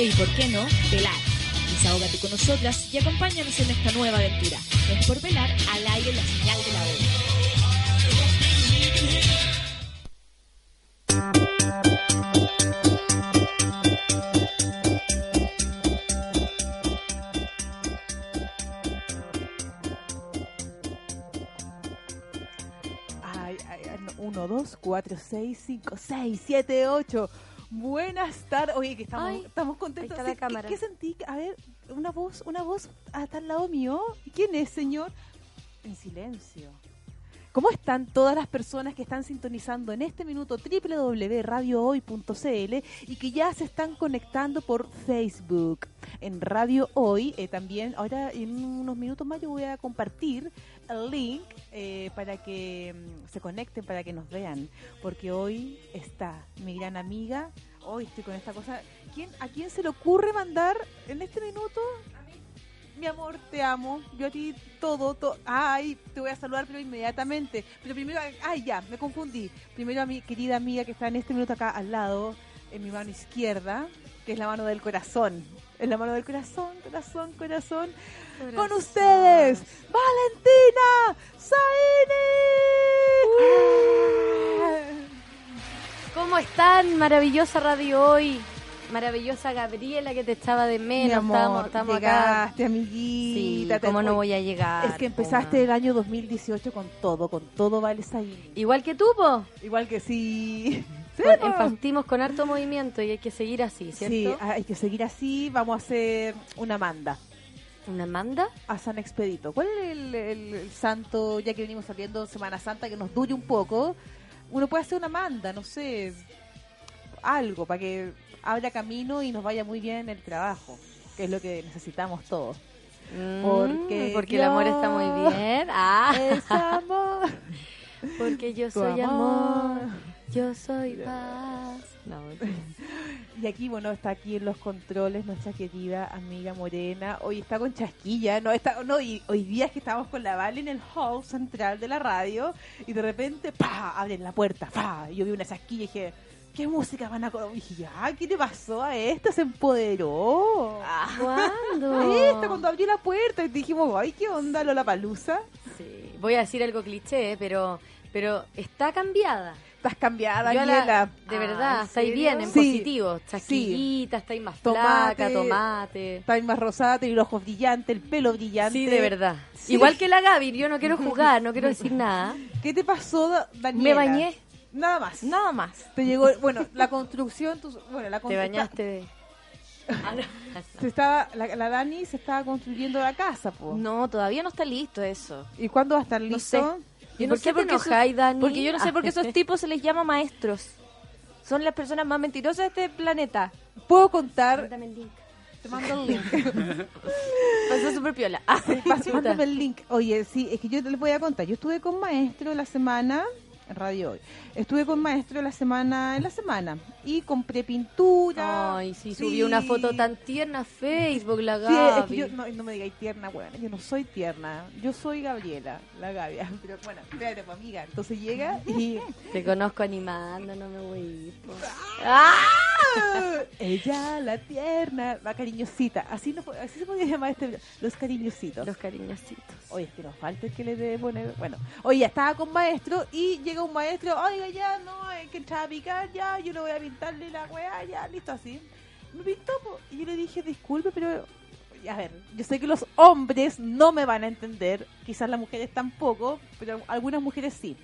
Y por qué no, velar. Desahógate con nosotras y acompáñanos en esta nueva aventura. Es por velar al aire la señal de la hora. Ay, ay, 1, 2, 4, 6, 5, 6, 7, 8. Buenas tardes. Oye, que estamos, Ay, estamos contentos. ahí está la Sí, ¿qué- cámara. ¿Qué, sentí? A ver, una voz, una voz hasta al lado mío. ¿Quién es, señor? En silencio. ¿Cómo están todas las personas que están sintonizando en este minuto www.radiohoy.cl y que ya se están conectando por Facebook? En Radio Hoy, eh, también, ahora en unos minutos más yo voy a compartir el link eh, para que mm, se conecten, para que nos vean, porque hoy está mi gran amiga, hoy estoy con esta cosa. ¿Quién, ¿A quién se le ocurre mandar en este minuto? Mi amor, te amo. Yo a ti todo, todo. Ay, te voy a saludar pero inmediatamente. Pero primero, ay, ya, me confundí. Primero a mi querida amiga que está en este minuto acá al lado, en mi mano izquierda, que es la mano del corazón. Es la mano del corazón, corazón, corazón. Con ustedes, Valentina Ah. Saini. ¿Cómo están? Maravillosa radio hoy. Maravillosa Gabriela que te estaba de menos. Mi amor, estamos estamos acá. llegaste, amiguita. Sí, ¿cómo te- no voy a llegar? Es que empezaste el año 2018 con todo, con todo Vale Saini. po? Igual que tú, po. Igual que sí. Sí, Con- po. partimos con harto movimiento y hay que seguir así, ¿cierto? Sí, ah. hay que seguir así. Vamos a hacer una manda ¿Una manda? a San Expedito. ¿Cuál es el, el- el santo, ya que venimos saliendo Semana Santa, que nos duye un poco? Uno puede hacer una manda, no sé, algo para que abra camino y nos vaya muy bien el trabajo, que es lo que necesitamos todos. Mm, Porque porque el amor está muy yo- bien. Ah, Es amor. porque yo tu soy amor. amor. Yo soy paz. No, mentira. Y aquí, bueno, está aquí en los controles nuestra querida amiga Morena. Hoy está con chasquilla, no está, no, y hoy día es que estábamos con la Vale en el hall central de la radio y de repente, pa, abren la puerta, pa, y yo vi una chasquilla y dije, ¿qué música van a colocar? Y dije, ah, ¿qué le pasó a esta? Se empoderó. Ah. ¿Cuándo? A esta, cuando abrió la puerta y dijimos, ay, ¿qué onda Lola Palusa? Sí, voy a decir algo cliché, eh, pero, pero está cambiada. Estás cambiada, Yo a la- Daniela. de Ah, verdad, ¿en estáis serio? bien, en Sí, positivo. Chasquillita, estáis más Tomate. flaca, tomate. Está ahí más rosada, tiene los ojos brillantes, el pelo brillante. Sí, de verdad. Sí. Igual que la Gaby, yo no quiero jugar, no quiero decir nada. ¿Qué te pasó, Da- Daniela? Me bañé, Nada más. Nada más. Te llegó, bueno, la construcción, tus- bueno, la te construcción. bañaste de... Ah, no. Se estaba, la, la Dani se estaba construyendo la casa, po. No, todavía no está listo eso. ¿Y cuándo va a estar listo? sé. ¿Y por qué te esos- enojáis, Dani? Porque yo no sé por qué esos tipos se les llama maestros. Son las personas más mentirosas de este planeta. Puedo contar. Mándame el link. Te mando el link. Pasó súper piola. Vas- Mándame el link. Oye, sí, es que yo te les voy a contar. Yo estuve con maestro la semana en radio hoy. Estuve con maestro la semana en la semana y compré pintura. Ay, sí, subí una foto tan tierna a Facebook, la Sí, es Gaby. que yo, no, no me digáis tierna, bueno, yo no soy tierna, yo soy Gabriela, la Gaby. Pero bueno, espérate, pues, amiga. Entonces llega y Te conozco animando, no me voy a ir. po. Ella, la tierna, la cariñosita. Así, no, po- así se podía llamar este video. Los cariñositos. Los cariñositos. Oye, es que nos falta el que le debe poner. Bueno, oye, ya estaba con maestro y llega un maestro. Oiga, ya no, hay que entrar a picar, ya, yo le voy a pintarle la weá, ya, listo, así. Me pintó po, y yo le dije, disculpe, pero. A ver, yo sé que los hombres no me van a entender, quizás las mujeres tampoco, pero algunas mujeres sí.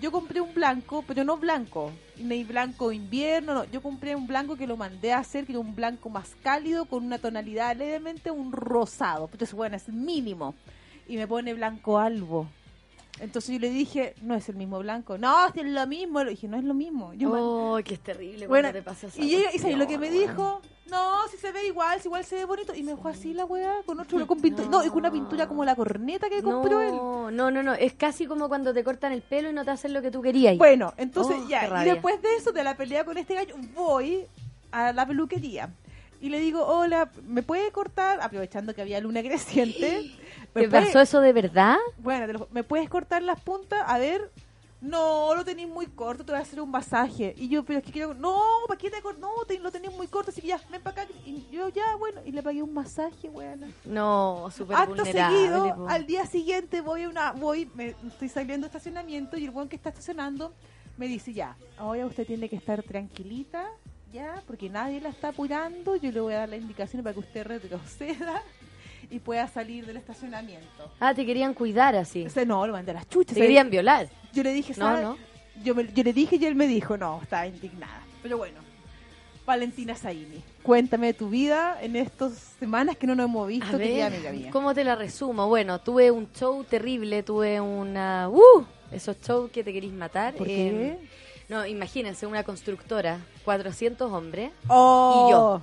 Yo compré un blanco, pero no blanco, ni blanco invierno, no. Yo compré un blanco que lo mandé a hacer, que era un blanco más cálido, con una tonalidad levemente un rosado. Pero es bueno, es mínimo. Y me pone blanco albo. Entonces yo le dije, no es el mismo blanco. No, es lo mismo. Le dije, no es lo mismo. Yo man- Oh, que es terrible Bueno, cuando te pasa esa y llega- y ¿sabes lo que cuestión, me weón. dijo, no, si se ve igual, si igual se ve bonito. Y me dejó así la weá, con otro, con pintura. No, y con una pintura como la corneta que compró él. no, No, no, no. Es casi como cuando te cortan el pelo y no te hacen lo que tú querías. Bueno, entonces Oh, qué ya, y rabia. después de eso, de la pelea con este gallo, voy a la peluquería. Y le digo, hola, ¿me puede cortar? Aprovechando que había luna creciente. ¿me ¿Te puede- pasó eso de verdad? Bueno, te lo ju- ¿me puedes cortar las puntas? A ver. no, lo tenéis muy corto, te voy a hacer un masaje. Y yo, pero es que quiero, no, ¿para qué te acor- No, te- lo tenéis muy corto, así que ya, ven para acá. Y yo, ya, bueno, y le pagué un masaje, weona. No, súper Acto vulnerable. seguido, po. al día siguiente voy a una, voy, me estoy saliendo de estacionamiento y el buen que está estacionando me dice ya, ahora usted tiene que estar tranquilita, ya, porque nadie la está apurando, yo le voy a dar la indicación para que usted retroceda y pueda salir del estacionamiento. Ah, te querían cuidar así. O sea, no, lo mandé a las chuchas. Te querían violar. Yo le dije, No, ¿sabe? no. Yo, me- yo le dije y él me dijo, no, estaba indignada. Pero bueno, Valentina Zaini, cuéntame de tu vida en estas semanas que no nos hemos A visto, querida amiga mía. ver, ¿cómo te la resumo? Bueno, tuve un show terrible, tuve una... ¡Uh! Esos shows que te querís matar. ¿Por eh, qué? no, imagínense, una constructora, 400 hombres. Oh, Y yo.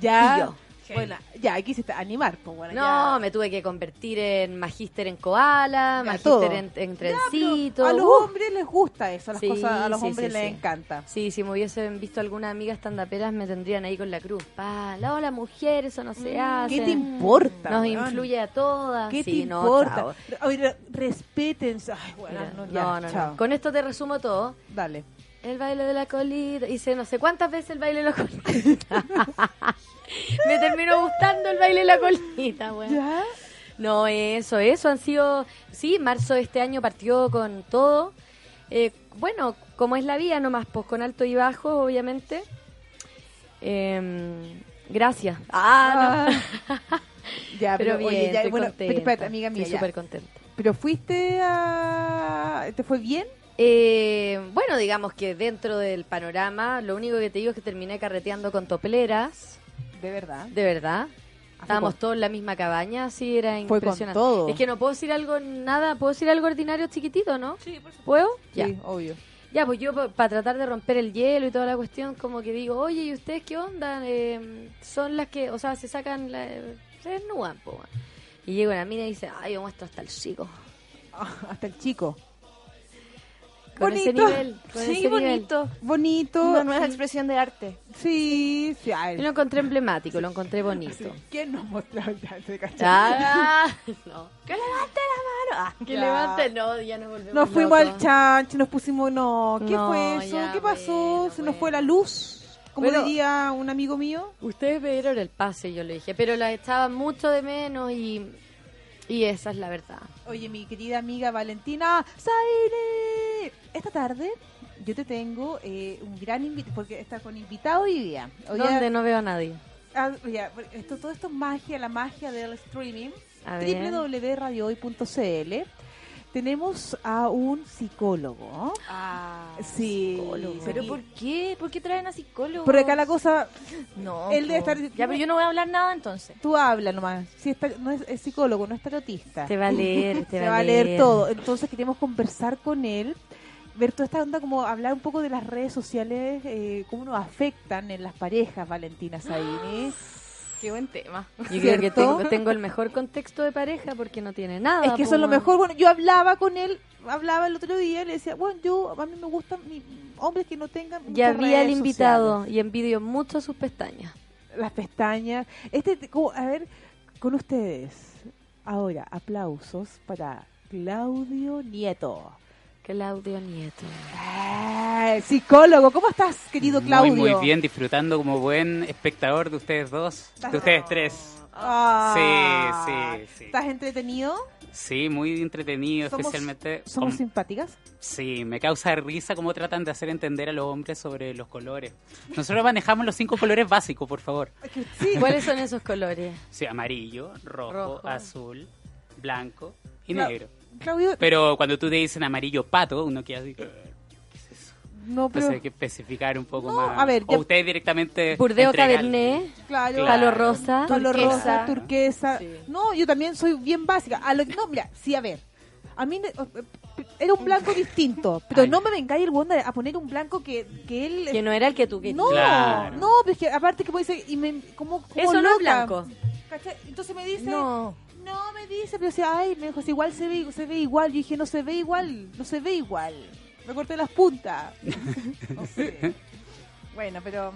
Ya. Y yo. Bueno, ya, aquí se está animar, pues bueno, No, ya. me tuve que convertir en magíster en koala, Ya, magíster todo. en, en Ya, pero trencito. a los ¡Uh! hombres les gusta eso, las Sí, cosas a los sí, hombres sí, les sí. encanta. Sí, si me hubiesen visto algunas amigas tandaperas me tendrían ahí con la cruz. Pa, la hola mujer, eso no se hace. Mm, ¿Qué te importa? Nos weón? influye a todas. ¿Qué Sí, te no, chao. importa? Oye, re- respeten. Ay, bueno, Mira, no, no, ya, no, no. chao. Con esto te resumo todo. Dale. El baile de la colita. Hice no sé cuántas veces el baile de la colita. me terminó gustando el baile de la colita, weón. ¿Ya? No, eso, eso han sido. Sí, marzo de este año partió con todo. Eh, bueno, como es la vida nomás, pues con alto y bajo, obviamente. Eh, gracias. Ah, no. Ya, pero, Pero bien, oye, ya, estoy bueno, pero contenta. espérate, amiga mía. Estoy ya. súper contenta. Pero fuiste a. ¿Te fue bien? Eh, bueno, digamos que dentro del panorama, lo único que te digo es que terminé carreteando con topleras, De verdad. de verdad. Ah, Estábamos fue todos en la misma cabaña, sí, era con impresionante. todo. Es que no puedo decir algo, nada, puedo decir algo ordinario chiquitito, ¿no? Sí, por supuesto. ¿Puedo? con- Ya. Sí, obvio. Ya, pues yo para tratar de romper el hielo y toda la cuestión, como que digo, oye, ¿y ustedes qué onda? Eh, son las que, o sea, se sacan, la, se desnudan, po, weón. Y llega una mina y dice, ay, yo muestro hasta el chico. Hasta el chico. Con ese Bonito. nivel, con Sí, ese nivel. bonito. Bonito. Una nueva expresión de arte. Sí, sí. ay, Yo lo encontré emblemático, lo encontré bonito. ¿Quién nos mostró ya, se cachó? Ah, no. Que levante la mano. Ah, que Ya. levante, no, ya nos volvemos Nos fuimos locos. al chancho, nos pusimos, no, ¿qué No, fue eso? ya, ¿Qué pasó? bueno, Se bueno. nos fue la luz, como Bueno. diría un amigo mío. Ustedes me dieron el pase, yo le dije, pero la echaba mucho de menos y, y esa es la verdad. Oye, mi querida amiga Valentina Zaire, esta tarde yo te tengo eh, un gran invitado, porque está con invitado hoy día. Hoy día- Donde no veo a nadie. ah, ya, esto, todo esto es magia, la magia del streaming. A ver. www.radiohoy.cl Tenemos a un psicólogo. Ah, Sí, psicólogo. sí. ¿Pero por qué? ¿por qué traen a psicólogo? Porque acá la cosa, No. él debe po. estar- Ya, pero yo no voy a hablar nada entonces. tú habla nomás. Si está, no es, es psicólogo, no es tarotista. Te va a leer, te Se va a leer todo. Entonces queremos conversar con él, ver toda esta onda, como hablar un poco de las redes sociales, eh, cómo nos afectan en las parejas, Valentina Saini. Qué buen tema. Yo creo que ¿Cierto? tengo, tengo el mejor contexto de pareja porque no tiene nada. Es que po, eso es lo man. mejor. Bueno, yo hablaba con él, hablaba el otro día, le decía, bueno, yo, a mí me gustan mi- hombres que no tengan. Ya muchas vi al redes invitado y envidio mucho sus pestañas. sociales. Las pestañas. Este, te- como- a ver, con ustedes. Ahora, aplausos para Claudio Nieto. Claudio Nieto. Ah, psicólogo, ¿cómo estás, querido Claudio? Muy, muy bien, disfrutando como buen espectador de ustedes dos, de ustedes tres. Ah. Sí, sí, sí. ¿Estás entretenido? Sí, muy entretenido, Somos- especialmente. ¿Somos hom- simpáticas? sí, me causa risa cómo tratan de hacer entender a los hombres sobre los colores. Nosotros manejamos los cinco colores básicos, por favor. Sí. ¿Cuáles son esos colores? Sí, amarillo, rojo, Rojo. azul, blanco y Cla- negro. Claudio, Pero cuando tú te dicen amarillo pato, uno queda así. no, pero Entonces hay que especificar un poco No, más. a ver, o ya- ustedes directamente. Burdeo entregan- Cabernet, claro. palo rosa. Palo turquesa. rosa, turquesa. Sí. No, yo también soy bien básica. A lo, no, mira, sí, a ver. A mí ne- era un blanco distinto, pero Ay. no me vengáis el wonder a poner un blanco que, que él... Que no era el que tú querías. no, Claro. no, pero es que aparte que puede ser... Y me, como, como Eso no es loca. blanco. ¿Cachai? Entonces me dice... No. No, me dice, pero decía, ay, me dijo, si igual se ve, se ve igual. Yo dije, no se ve igual, no se ve igual. Me corté las puntas. No sé. Bueno, pero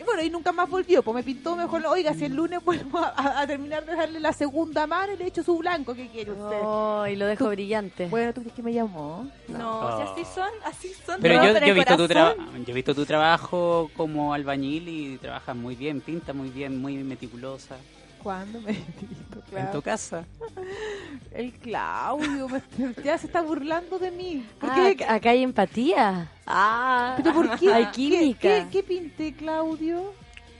Y bueno, y nunca más volvió, pues me pintó mejor, oiga, si el lunes vuelvo a, a- a terminar de darle la segunda mano y le echo su blanco, ¿qué quiere usted? Oh, y lo dejo brillante. Bueno, ¿tú crees que me llamó? No, Oh. si así son, así son. Pero te yo, rompen yo he el visto tu corazón. traba- yo he visto tu trabajo como albañil y trabajas muy bien, pinta muy bien, muy meticulosa. ¿Cuándo me pintó? En tu casa. El Claudio me- ya se está burlando de mí. ¿Por Ah, qué? ac- acá hay empatía. Ah, ¿Pero por qué? Hay ¿Qué- química. ¿Qué, qué pinté, Claudio?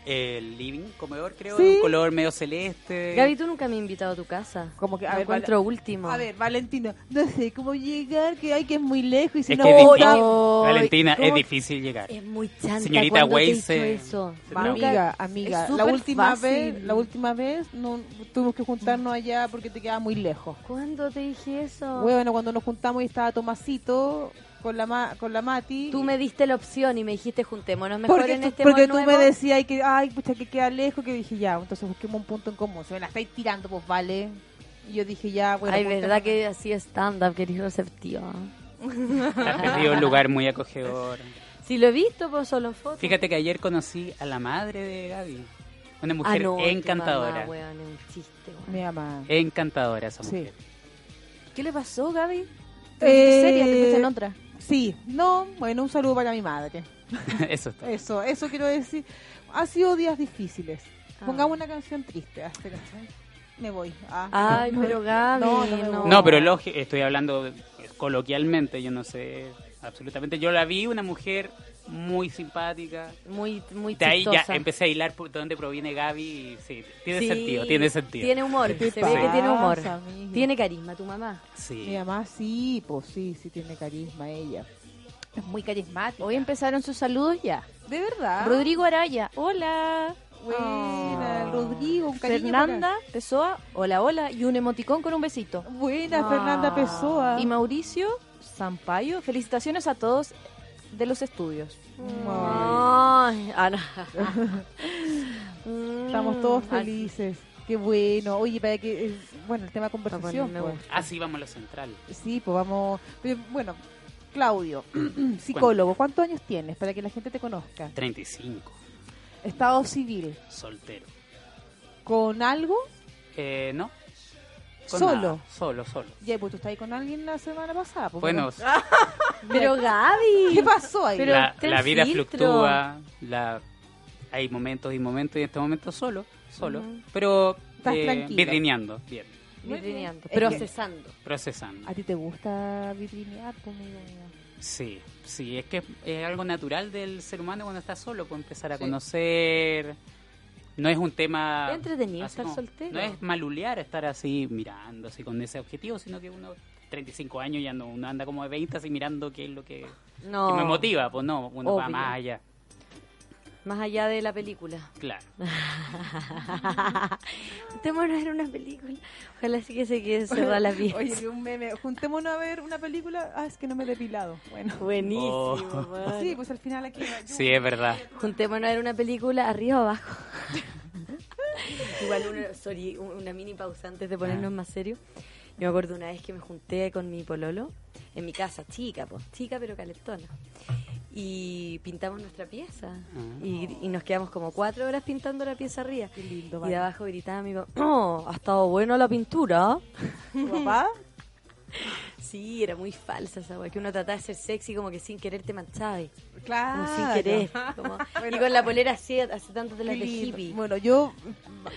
El living, comedor creo, Sí. de un color medio celeste. Gaby, tú nunca me has invitado a tu casa. Como que, a Lo ver, encuentro último. A ver, Valentina, no sé cómo llegar, que hay que es muy lejos y si Es no que es voy difícil. a- Valentina, ¿cómo? es difícil llegar. Es muy chanta Señorita cuando te Weiss, hizo eh, eso. se Nunca- trauma. Amiga, amiga, es la súper última fácil. vez, la última vez no, tuvimos que juntarnos allá porque te quedaba muy lejos. ¿Cuándo te dije eso? Bueno, cuando nos juntamos y estaba Tomasito con la ma- con la Mati. Tú me diste la opción y me dijiste juntémonos mejor porque en tú, este porque mall tú me nuevo. decías que ay, pucha, que queda lejos, que dije ya, entonces busquemos un punto en común. Se me la estáis tirando, pues vale. Y yo dije ya, bueno, Ay, juntémonos. verdad que así stand-up, que eres receptiva. Has perdido un lugar muy acogedor. Si lo he visto, pues solo en fotos. Fíjate que ayer conocí a la madre de Gaby. Una Ah, mujer no, tu encantadora. mamá, weón, es un chiste, weón. mi mamá. encantadora esa Sí. mujer. ¿Qué le pasó, Gaby? ¿Te Eh, pusiste seria? ¿Te pusiste en otra? Sí, no, bueno, un saludo para mi madre. Eso está. Eso, eso quiero decir. Ha sido días difíciles. Ah. Pongamos una canción triste. ah, espera, ¿sabes? Me voy. ah. Ay, pero Gaby, No, no me no. gusta. No, pero lógi- estoy hablando coloquialmente, yo no sé absolutamente. Yo la vi una mujer muy simpática. Muy, muy De ahí ya chistosa. empecé a hilar por dónde proviene Gaby y sí, tiene Sí, sentido, tiene sentido. Tiene humor, se ¿Qué te ve que tiene humor. pasa, amiga? Tiene carisma tu mamá. Sí. Mi mamá sí, pues sí, sí tiene carisma ella. Es muy carismática. Hoy empezaron sus saludos ya. De verdad. Rodrigo Araya, Ah. hola. Buena, Oh. Rodrigo, un cariño Fernanda Pessoa, hola, hola. Y un emoticón con un besito. Ah. para- Buena, Ah. Fernanda Pessoa. Y Mauricio Sampaio, felicitaciones a todos de los estudios. Ay, ah, Ana. Estamos todos felices. Qué bueno. Oye, para que. eh, bueno, el tema de conversación. ponerme pues. Ah, sí, vamos a lo central. Sí, pues vamos. pero, Bueno, Claudio, psicólogo, ¿cuántos años tienes para que la gente te conozca? 35, Estado civil, soltero. ¿con algo? Eh, ¿No? Solo. nada, Solo, solo. Ya, pues tú estabas ahí con alguien la semana pasada. pues, Bueno, Pero Gaby. ¿qué pasó ahí? pero la, ten la vida filtro. fluctúa, la, hay momentos y momentos y en este momento solo, solo. Ujú. Pero Estás tranquila. vitrineando, bien, Muy bien. Vitrineando, Es que- procesando. procesando. ¿A ti te gusta vitrinear pues, conmigo? mira? Sí, sí, es que es algo natural del ser humano cuando está solo, puede empezar a Sí. conocer. No es un tema. Es entretenido así estar soltero. No es malulear estar así mirando, así con ese objetivo, sino que uno, 35 años, ya no uno anda como de 20 así mirando qué es lo que, No. que me motiva. Pues no, uno va Obvio. más allá, Más allá de la película. claro. Juntémonos en una película. Ojalá sí que se quede cerrada la pieza. Oye, vi un meme. Juntémonos a ver una película. Ah, es que no me he depilado. Bueno. Buenísimo. Oh. bueno. Sí, pues al final aquí. va- Sí, es verdad. Juntémonos a ver una película arriba o abajo. Igual una, sorry, un- una mini pausa antes de ponernos más serio. Yo me acuerdo una vez que me junté con mi pololo en mi casa, chica, pues, chica pero calentona. Y pintamos nuestra pieza. Ah. Y, y nos quedamos como cuatro horas pintando la pieza arriba. Qué lindo, y de vale. abajo gritaba mi papá, "Oh, ha estado buena la pintura. ¿Tu papá? Sí, era muy falsa esa wea, que uno trataba de ser sexy como que sin querer te manchaba. y Como Claro. sin querer. como- y con la polera así, hace tanto de la Qué de lindo. hippie. Bueno, yo,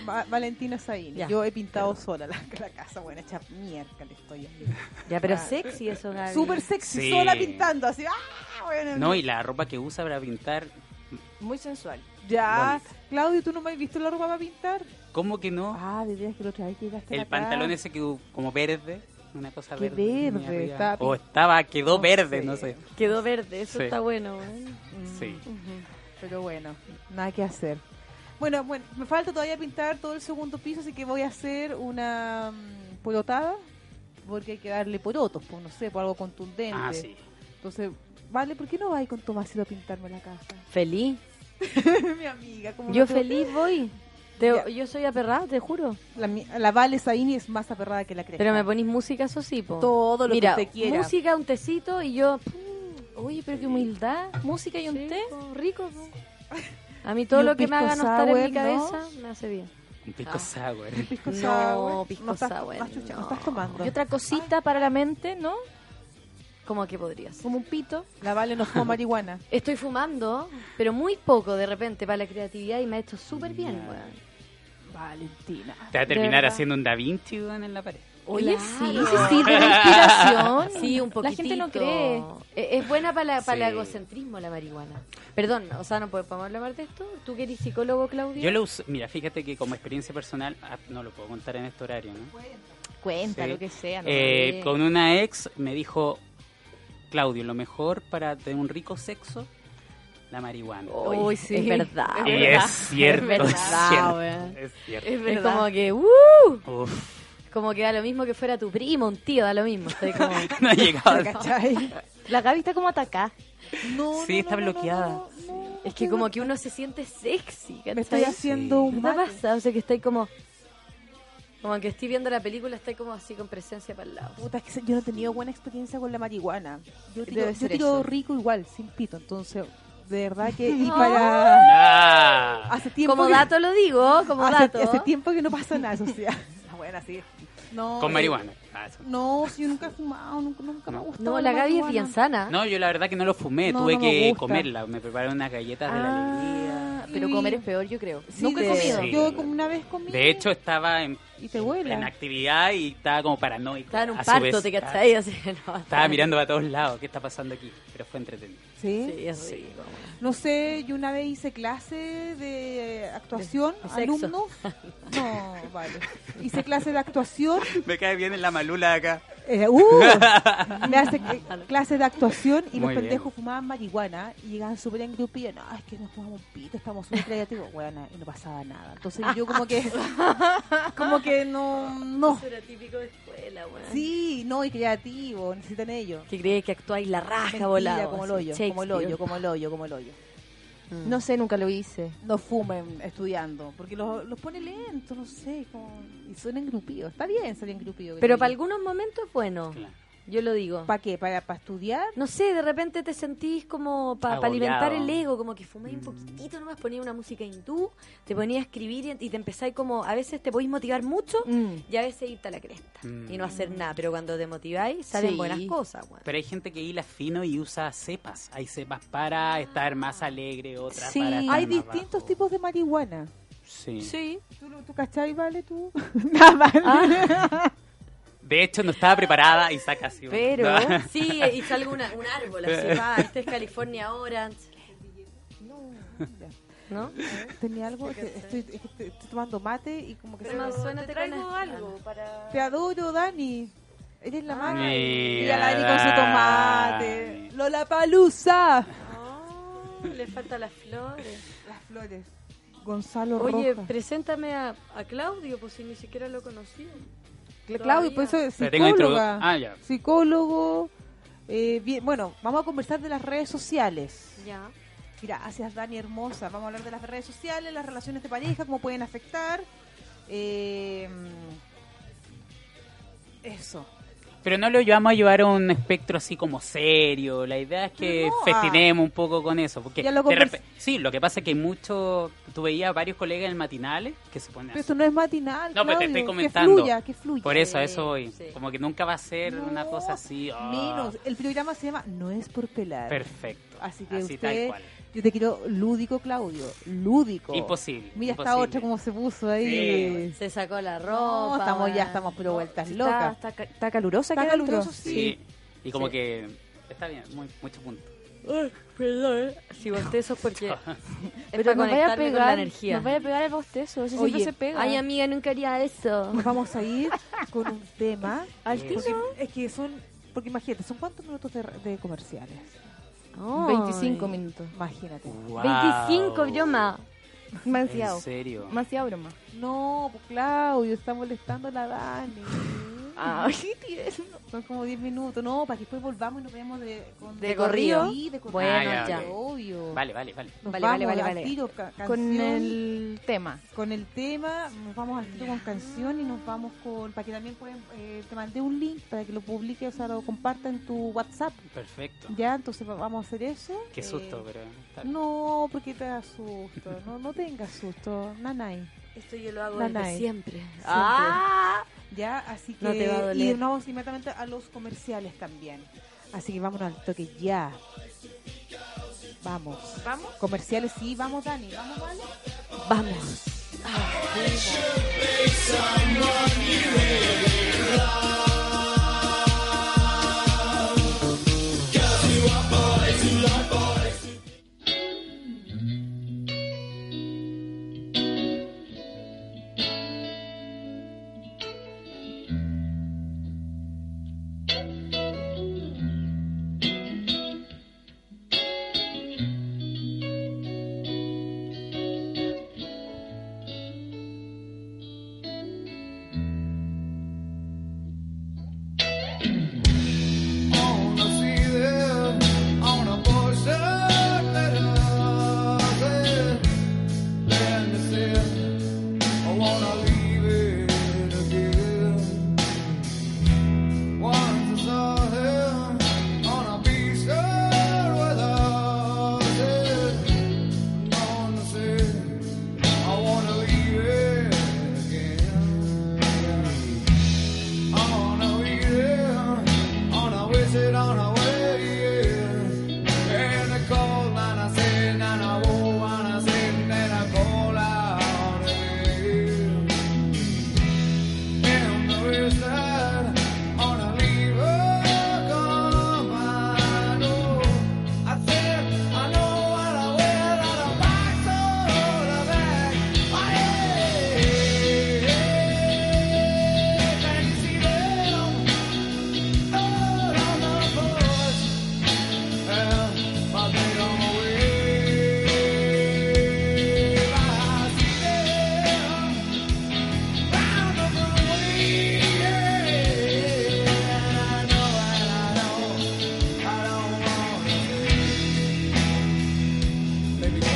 Va- Valentina Saín, Ya. yo he pintado sola la, la casa, bueno, hecha mierda le estoy. Ya, pero sexy eso, Gaby. Súper sexy, Sí. sola pintando, así, ¡ah! Bueno, No, y la ropa que usa para pintar, Muy sensual. ya. Claudio, ¿tú no me has visto la ropa para pintar? ¿cómo que no? Ah, de veras que la otra vez llegaste El acá. pantalón ese que como verde, una cosa Qué verde. tenía verde, arriba. estaba O pin- estaba, quedó no verde, sé. no sé. Quedó verde, eso Sí. está bueno. ¿eh? weón. Mm, Sí. Pero bueno, nada que hacer. Bueno, bueno, me falta todavía pintar todo el segundo piso, así que voy a hacer una mm, porotada, porque hay que darle porotos, pues no sé, por algo contundente. Ah, sí. Entonces, vale, ¿por qué no vas con Tomasito a pintarme la casa? Feliz. mi amiga. Como Yo no tengo- feliz voy. Te- Ya. yo soy aperrada, te juro. La, mi- la Vale Saini es más aperrada que la cresta. Pero me ponís música, eso sí, po. todo lo Mira, que usted quiera. música, un tecito y yo. mm, pum, Oye, pero qué humildad. Música y un sí, té. po, rico, po. A mí todo ¿Y un lo que me haga no pisco estar en mi sour, no? cabeza me hace bien. Un pisco Ah. sour. Pisco No, sour. pisco no estás, sour, más chucha, no no. estás tomando. Y otra cosita para la mente, ¿no? Como que podría ser. Como un pito. La Vale no fuma marihuana. Estoy fumando, pero muy poco de repente para la creatividad y me ha hecho súper bien, Ya. weón. Valentina. Te va a terminar verdad. haciendo un Da Vinci weón, en la pared. Oye, Claro. sí, sí, sí, de la inspiración. Sí, un poquito. La gente no cree. E, Es, buena para, la- para Sí. el egocentrismo la marihuana. Perdón, o sea, no podemos hablar de esto. ¿Tú que eres psicólogo, Claudia? Yo lo uso, mira, fíjate que como experiencia personal, ah, no lo puedo contar en este horario, ¿no? Cuenta, Sí. lo que sea. ¿no? Eh, sé. con una ex me dijo, Claudio, lo mejor para tener un rico sexo, la marihuana. Uy, Uy, sí. Es verdad. Es y verdad. Oh, es cierto, Es es, verdad, cierto. weón. Es cierto. Es Es verdad. como que, ¡uh! Uf, Como que da lo mismo que fuera tu primo, un tío, da lo mismo. Estoy como, no he llegado. ¿Cachai? La Gaby está como atacada. No, Sí, está bloqueada. es que como que uno se siente sexy, Me estoy ¿cachai? haciendo Sí. un ¿No te mal. pasa? O sea, que estoy como... Como que estoy viendo la película, estoy como así con presencia para el lado. Puta, es que se- yo no he tenido buena experiencia con la marihuana. Yo tiro, Debe yo ser tiro eso. rico igual, sin pito. Entonces, de verdad que. Y para. Ah. Hace tiempo. Como que- dato lo digo, como hace, dato. hace tiempo que no pasa nada, o sea. La buena, sí. No, Con eh, marihuana. Ah, eso. No, si yo nunca he fumado, nunca, nunca me ha No. gustado. No, la Gaby es marihuana. bien sana. No, yo la verdad que Ah. no lo fumé, No, tuve no me que gusta. comerla. Me prepararon unas galletas de la alegría. Ah, pero comer es peor, yo creo. Sí, Nunca he de- comido. Sí. Yo como una vez comí. De hecho, estaba en, Y te en vuela. actividad y estaba como paranoico. Estaba en un A su parto, vez, te estaba- cachai. Así, que no, Estaba mirando para todos lados, ¿qué está pasando aquí? Pero fue entretenido. Sí. Sí, es rico. No sé, yo una vez hice clase de actuación, De- de sexo. alumnos. No, vale. Hice clase de actuación. Me cae bien en la malula acá. eh, ¡uh! me hace eh, clase de actuación y los Muy bien. pendejos fumaban marihuana y llegaban súper en grupo y yo, no, es que nos fumamos un pito, estamos súper creativos. Bueno, y no pasaba nada. Entonces yo como que, como que no, no. Eso era típico de escuela, weón. Sí, no, y creativo, necesitan ellos. Que crees que actuáis la raja Mentira, volada. como el hoyo, como así, el hoyo, Shakespeare. como el hoyo, como el hoyo. Mm. No sé, nunca lo hice. no fumen estudiando, porque los, los pone lentos, no sé, como- y son engrupidos. Está bien ser engrupido. Pero para algunos momentos es bueno, Claro. yo lo digo. ¿Para qué? ¿Para para estudiar? No sé, de repente te sentís como para Agobiado. alimentar el ego, como que fumáis un poquitito nomás, ponías una música hindú, te ponías a escribir y- y te empezáis como, a veces te podéis motivar mucho Mm. y a veces irte a la cresta Mm. y no hacer nada, pero cuando te motiváis salen Sí. buenas cosas, weón. Pero hay gente que hila fino y usa cepas. Hay cepas para estar más alegre, otras Sí, para estar hay más distintos bajo. tipos de marihuana. Sí. Sí. ¿Tú, lo- tú cachai, vale tú? Ah. Nada, vale. De hecho, no estaba preparada y saca así. un- Pero- No. Sí, y sale una- un árbol así, va, este es California Orange, ¿no? Tenía algo, te- estoy, es que estoy- estoy tomando mate y como que... se- Toma, suénate te con traigo la- algo para... Te adoro, Dani. Eres la más... Mira, Ah, Mira, Dani con su tomate. Dani. Lola Palusa. Oh, le faltan las flores. Las flores. Gonzalo Oye, Rojas. preséntame a, a Claudio, pues si ni siquiera lo conocía. Cla- Claudio, Todavía. por eso es Pero tengo introdu- psicóloga. Ah, ya. Psicólogo. eh, bien, bueno, vamos a conversar de las redes sociales. Ya. Gracias, Dani Hermosa. Vamos a hablar de las redes sociales, las relaciones de pareja, cómo pueden afectar. eh, eso. Pero no lo llevamos a llevar a un espectro así como serio. La idea es que No, ah. festinemos un poco con eso. Porque Ya lo de convers- repe- Sí, lo que pasa es que hay mucho... Tú veías a varios colegas en matinales que se ponen Pero así. esto no es matinal. No, pero te Claudio, estoy Que comentando. fluya, que fluya. Por eso, a Sí, eso voy. sí. Como que nunca va a ser No, una cosa así. ah, Menos. El programa se llama No es por pelar. Perfecto. Así que tal usted- cual. Yo te quiero lúdico, Claudio. Lúdico. Imposible. Mira, imposible. hasta otra como se puso ahí. Sí. Se sacó la ropa. No, estamos ya, weón. estamos pero vueltas Sí, locas. Está, está, ca- está calurosa Está aquí adentro. caluroso, Sí. sí. Y como Sí. que está bien, muy, mucho punto. Ay, perdón, eh. Si bostezo es porque. es para Pero nos vaya a conectarme con la pegar, energía. nos vaya a pegar el bostezo. Eso Oye, siempre se pega. Ay, amiga, nunca haría eso. Nos vamos a ir con un tema. Al Sí. tiro. Porque es que son, porque imagínate, ¿son cuántos minutos de, de comerciales? Ay. 25 minutos. Imagínate. Wow. 25, yo más. En Demasiado. serio. Demasiado broma. No, pues, Claudio, está molestando a la Dani. Ay, tierno. Son como 10 minutos, no, para que después volvamos y nos veamos de, con- ¿De corrido? Sí, de corrido. Bueno, Ah, ya, ya. ok. Obvio. Vale, vale, vale. Nos Vale, vale, vamos vale, al vale. tiro, ca- Con canción. el tema. con el tema, nos vamos al tiro con canción y nos vamos con. Para que también pueden. eh, te mandé un link para que lo publique, o sea, lo comparta en tu WhatsApp. Perfecto. Ya, entonces va- vamos a hacer eso. Qué Eh, susto, pero. está Mm. bien. No, porque te da susto. No, no tengas susto, nanay. Esto yo lo hago La desde nai. siempre. Ah, Ya, así que. No te va a doler. Y nos vamos inmediatamente a los comerciales también. Así que vámonos al toque ya. Vamos. ¿Vamos? Comerciales, sí, vamos, Dani. Vamos, Dani. siempre. Vamos. On a cedar, on a bush that rises. Then they said, I wanna leave it again. Once I saw him on a beach there with oxen. On the sea, I wanna leave it again. On a way, yeah. On a visit, on a way, yeah. And I called and I said, and I woe and I said, and I call out again. And the west side, on a lever, come I know. I said, I know what I will, and I'm back, so I'm back. Oh, yeah. Can you see that I'm out on the porch? Well, my bed on my way. I see that I'm out on my way. I know and I know I don't want to. Baby, cry.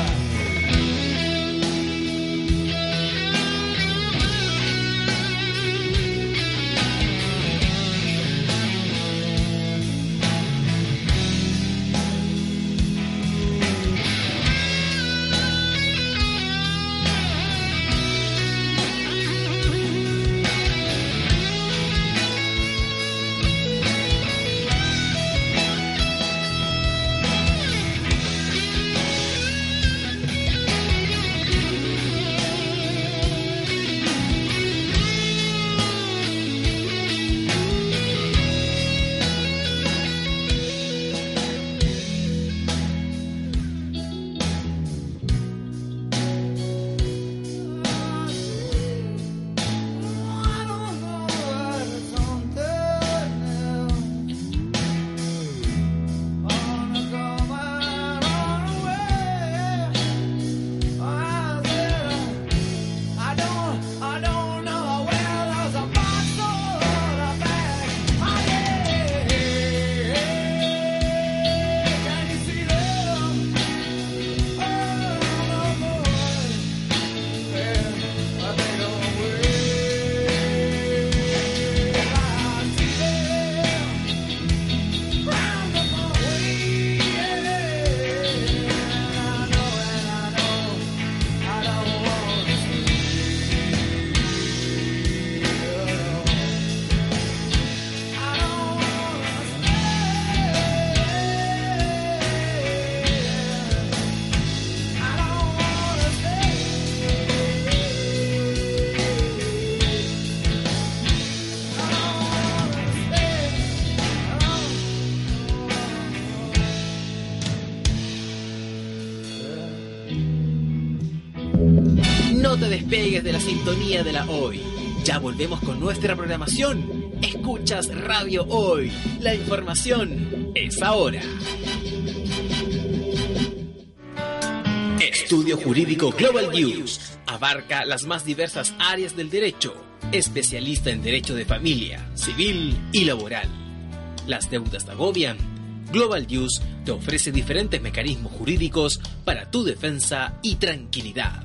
I don't know what it's on now. On a come on away. I said I don't, I don't know where there's a box or a bag. I Can you see them? Oh, no more. No te despegues de la sintonía de la hoy. Ya volvemos con nuestra programación. Escuchas Radio Hoy. La información es ahora. Estudio Jurídico Global News abarca las más diversas áreas del derecho. especialista en derecho de familia, civil y laboral. Las deudas te agobian. Global News te ofrece diferentes mecanismos jurídicos para tu defensa y tranquilidad.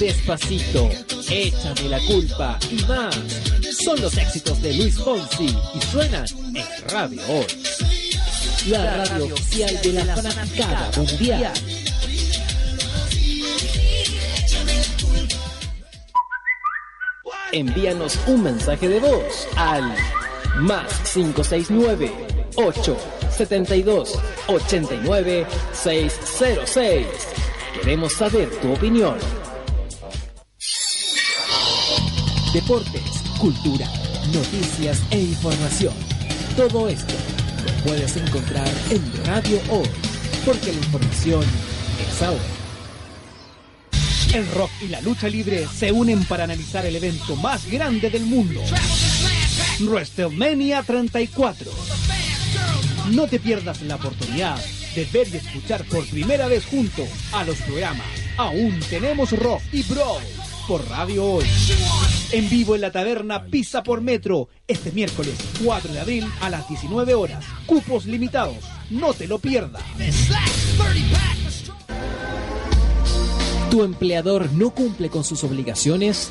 Despacito, échame la culpa y más. Son los éxitos de Luis Fonsi y suenan en Radio Hoy. La radio oficial de la fanaticada mundial. Envíanos un mensaje de voz al más 569 872 89 606. Queremos saber tu opinión. Deportes, cultura, noticias e información. Todo esto lo puedes encontrar en Radio Hoy, porque la información es ahora. El rock y la lucha libre se unen para analizar el evento más grande del mundo. WrestleMania 34. No te pierdas la oportunidad de ver y escuchar por primera vez junto a los programas Aún tenemos rock y bro por Radio Hoy. En vivo en la taberna Pisa por Metro, este miércoles 4 de abril a las 19 horas. Cupos limitados, no te lo pierdas. ¿Tu empleador no cumple con sus obligaciones?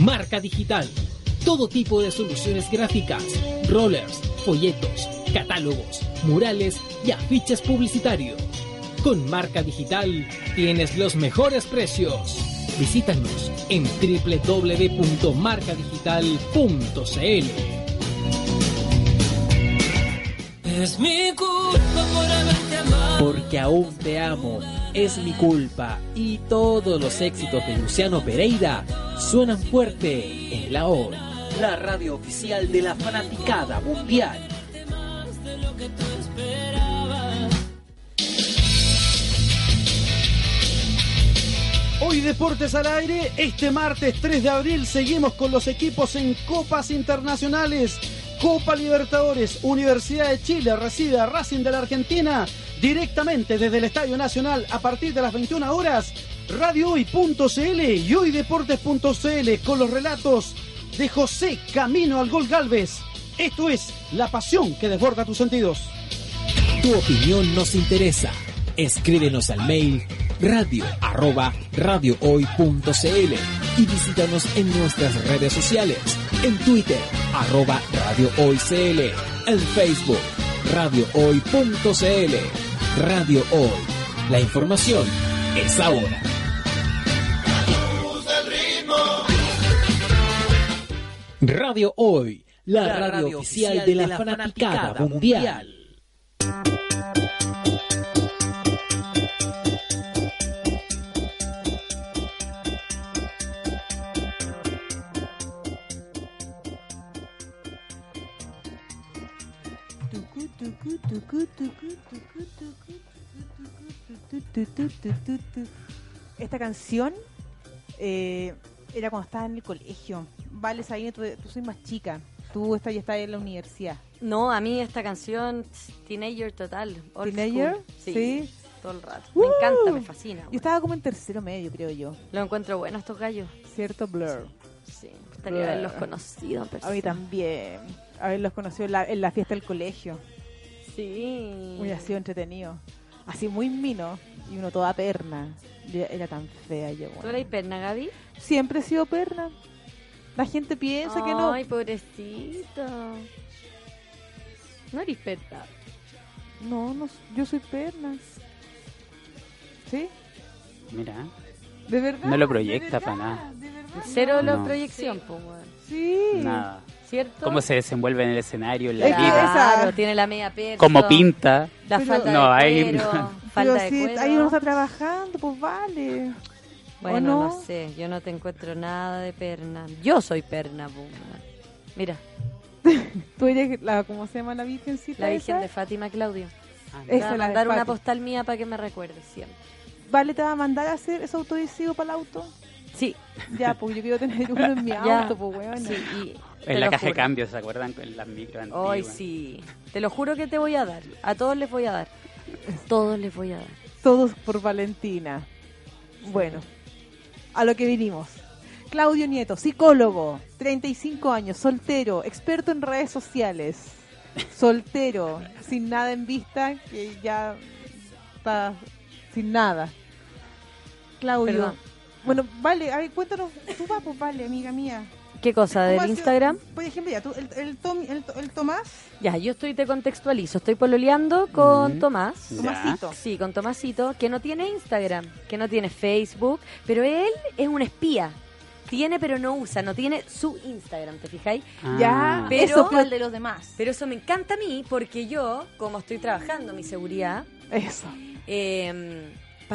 Marca Digital. Todo tipo de soluciones gráficas, rollers, folletos, catálogos, murales y afiches publicitarios. Con Marca Digital tienes los mejores precios. Visítanos en www.marcadigital.cl. Porque aún te amo, es mi culpa y todos los éxitos de Luciano Pereira suenan fuerte en la hoy, la radio oficial de la fanaticada mundial. Hoy Deportes al Aire, este martes 3 de abril seguimos con los equipos en copas internacionales. Copa Libertadores, Universidad de Chile recibe a Racing de la Argentina directamente desde el Estadio Nacional a partir de las 21 horas. Radio Hoy.cl y hoydeportes.cl con los relatos de José Camino al Gol Galvez. Esto es la pasión que desborda tus sentidos. Tu opinión nos interesa. Escríbenos al mail radio arroba radiohoy.cl y visítanos en nuestras redes sociales, en Twitter arroba radiohoycl, en Facebook radiohoy.cl. Radio Hoy, la información es ahora. Radio Hoy, la, radio, oficial de la, fanaticada, mundial. Esta canción eh, era cuando estaba en el colegio. Vale, Sabine, tú, tú soy más chica. Tú esta ya estás en la universidad. No, a mí esta canción, tss, Teenager total. old ¿Teenager? school. Sí, Sí. Todo el rato. ¡Woo! Me encanta, me fascina. Yo Uh. bueno. estaba como en tercero medio, creo yo. Lo encuentro bueno estos gallos. ¿Cierto, Blur? Sí, me gustaría haberlos conocido en A mí persona. también. Haberlos conocido en la, en la fiesta del colegio. Sí. Muy así entretenido. Así muy mino. Y uno toda perna. Yo era tan fea yo. ¿Tú bueno. eres perna, Gaby? Siempre he sido perna. La gente piensa que no. Ay, pobrecito. No eres perna. No, no, yo soy perna. ¿Sí? Mira, ¿De verdad? No lo de proyecta verdad, para nada. ¿De verdad? Cero la No. proyección, po, weón. Sí. nada. ¿Cierto? Cómo se desenvuelve en el escenario, en la Es que vida, esa- Claro, tiene la media perna. cómo pinta. La Pero- falda No, de ahí- cuero. Pero Falda de si cuero. ahí uno está trabajando, pues vale. Bueno, ¿O no? no? sé, yo no te encuentro nada de perna. Yo soy perna, po, weón. Mira, Tú eres la, ¿cómo se llama la virgencita? la Virgen esa? de Fátima Claudio. Te voy Esa a es la de mandar una Fátima. postal mía para que me recuerdes siempre. Vale, te va a mandar a hacer ese autodesivo para el auto. Sí, Ya, pues yo quiero tener uno en mi Ya. auto, pues weón. sí. y te En la lo caja de juro. cambios, ¿se acuerdan? En las micro antiguas. Ay, sí. Te lo juro que te voy a dar. A todos les voy a dar. Todos les voy a dar. Todos por Valentina. Bueno, a lo que vinimos. Claudio Nieto, psicólogo, 35 años, soltero, experto en redes sociales, soltero, sin nada en vista, que ya está sin nada. Claudio. Perdón. Bueno, vale, a ver, cuéntanos, tú vas, pues vale, amiga mía. ¿Qué cosa? ¿Cómo ha ¿Del sido? Instagram? Por ejemplo, ya, tú, el, el, Tom- el, el Tomás, Ya, yo estoy, te contextualizo. Estoy pololeando con Mm. Tomás. Ya. Tomasito. Sí, con Tomasito, que no tiene Instagram, que no tiene Facebook, pero él es un espía. Tiene, pero no usa, no tiene su Instagram, ¿te fijáis? Ah. Ya, Pero- Eso fue el de los demás. Pero eso me encanta a mí porque yo, como estoy trabajando mi seguridad, Eso. para Em,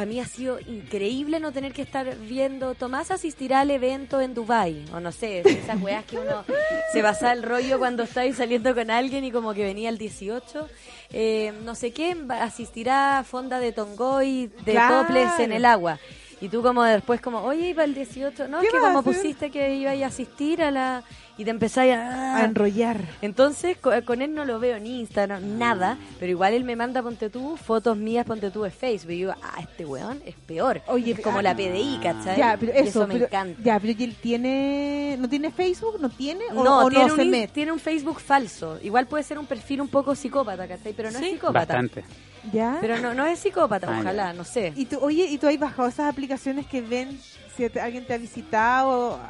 mí ha sido increíble no tener que estar viendo. Tomás asistirá al evento en Dubai o no sé, esas weas que uno se basa el rollo cuando estáis saliendo con alguien y como que venía el 18. eh, no sé qué, va- asistirá a Fonda de Tongoy de Claro. Toples en el agua. Y tú como después como, oye, iba el 18. No, ¿Qué es que vas a como hacer? pusiste que iba a asistir a la... Y te empezáis a... A enrollar. Entonces, co- con él no lo veo ni Ah. Instagram, nada, pero igual él me manda, ponte tú, fotos mías, ponte tú de Facebook. Y yo, ah, este weón es peor. Oye, es como ah, la PDI, ¿cachai? Ya, pero Y eso, me pero- encanta. Ya, pero ¿y él tiene, no tiene Facebook, no tiene o no, o tiene, no un se in- mete. tiene un Facebook falso. Igual puede ser un perfil un poco psicópata, ¿cachai? Pero no es psicópata. Bastante. Ya. Pero no, no es psicópata, Ah, ojalá, ya. no sé. y tú, oye, ¿y tú has bajado esas aplicaciones que ven si te- alguien te ha visitado?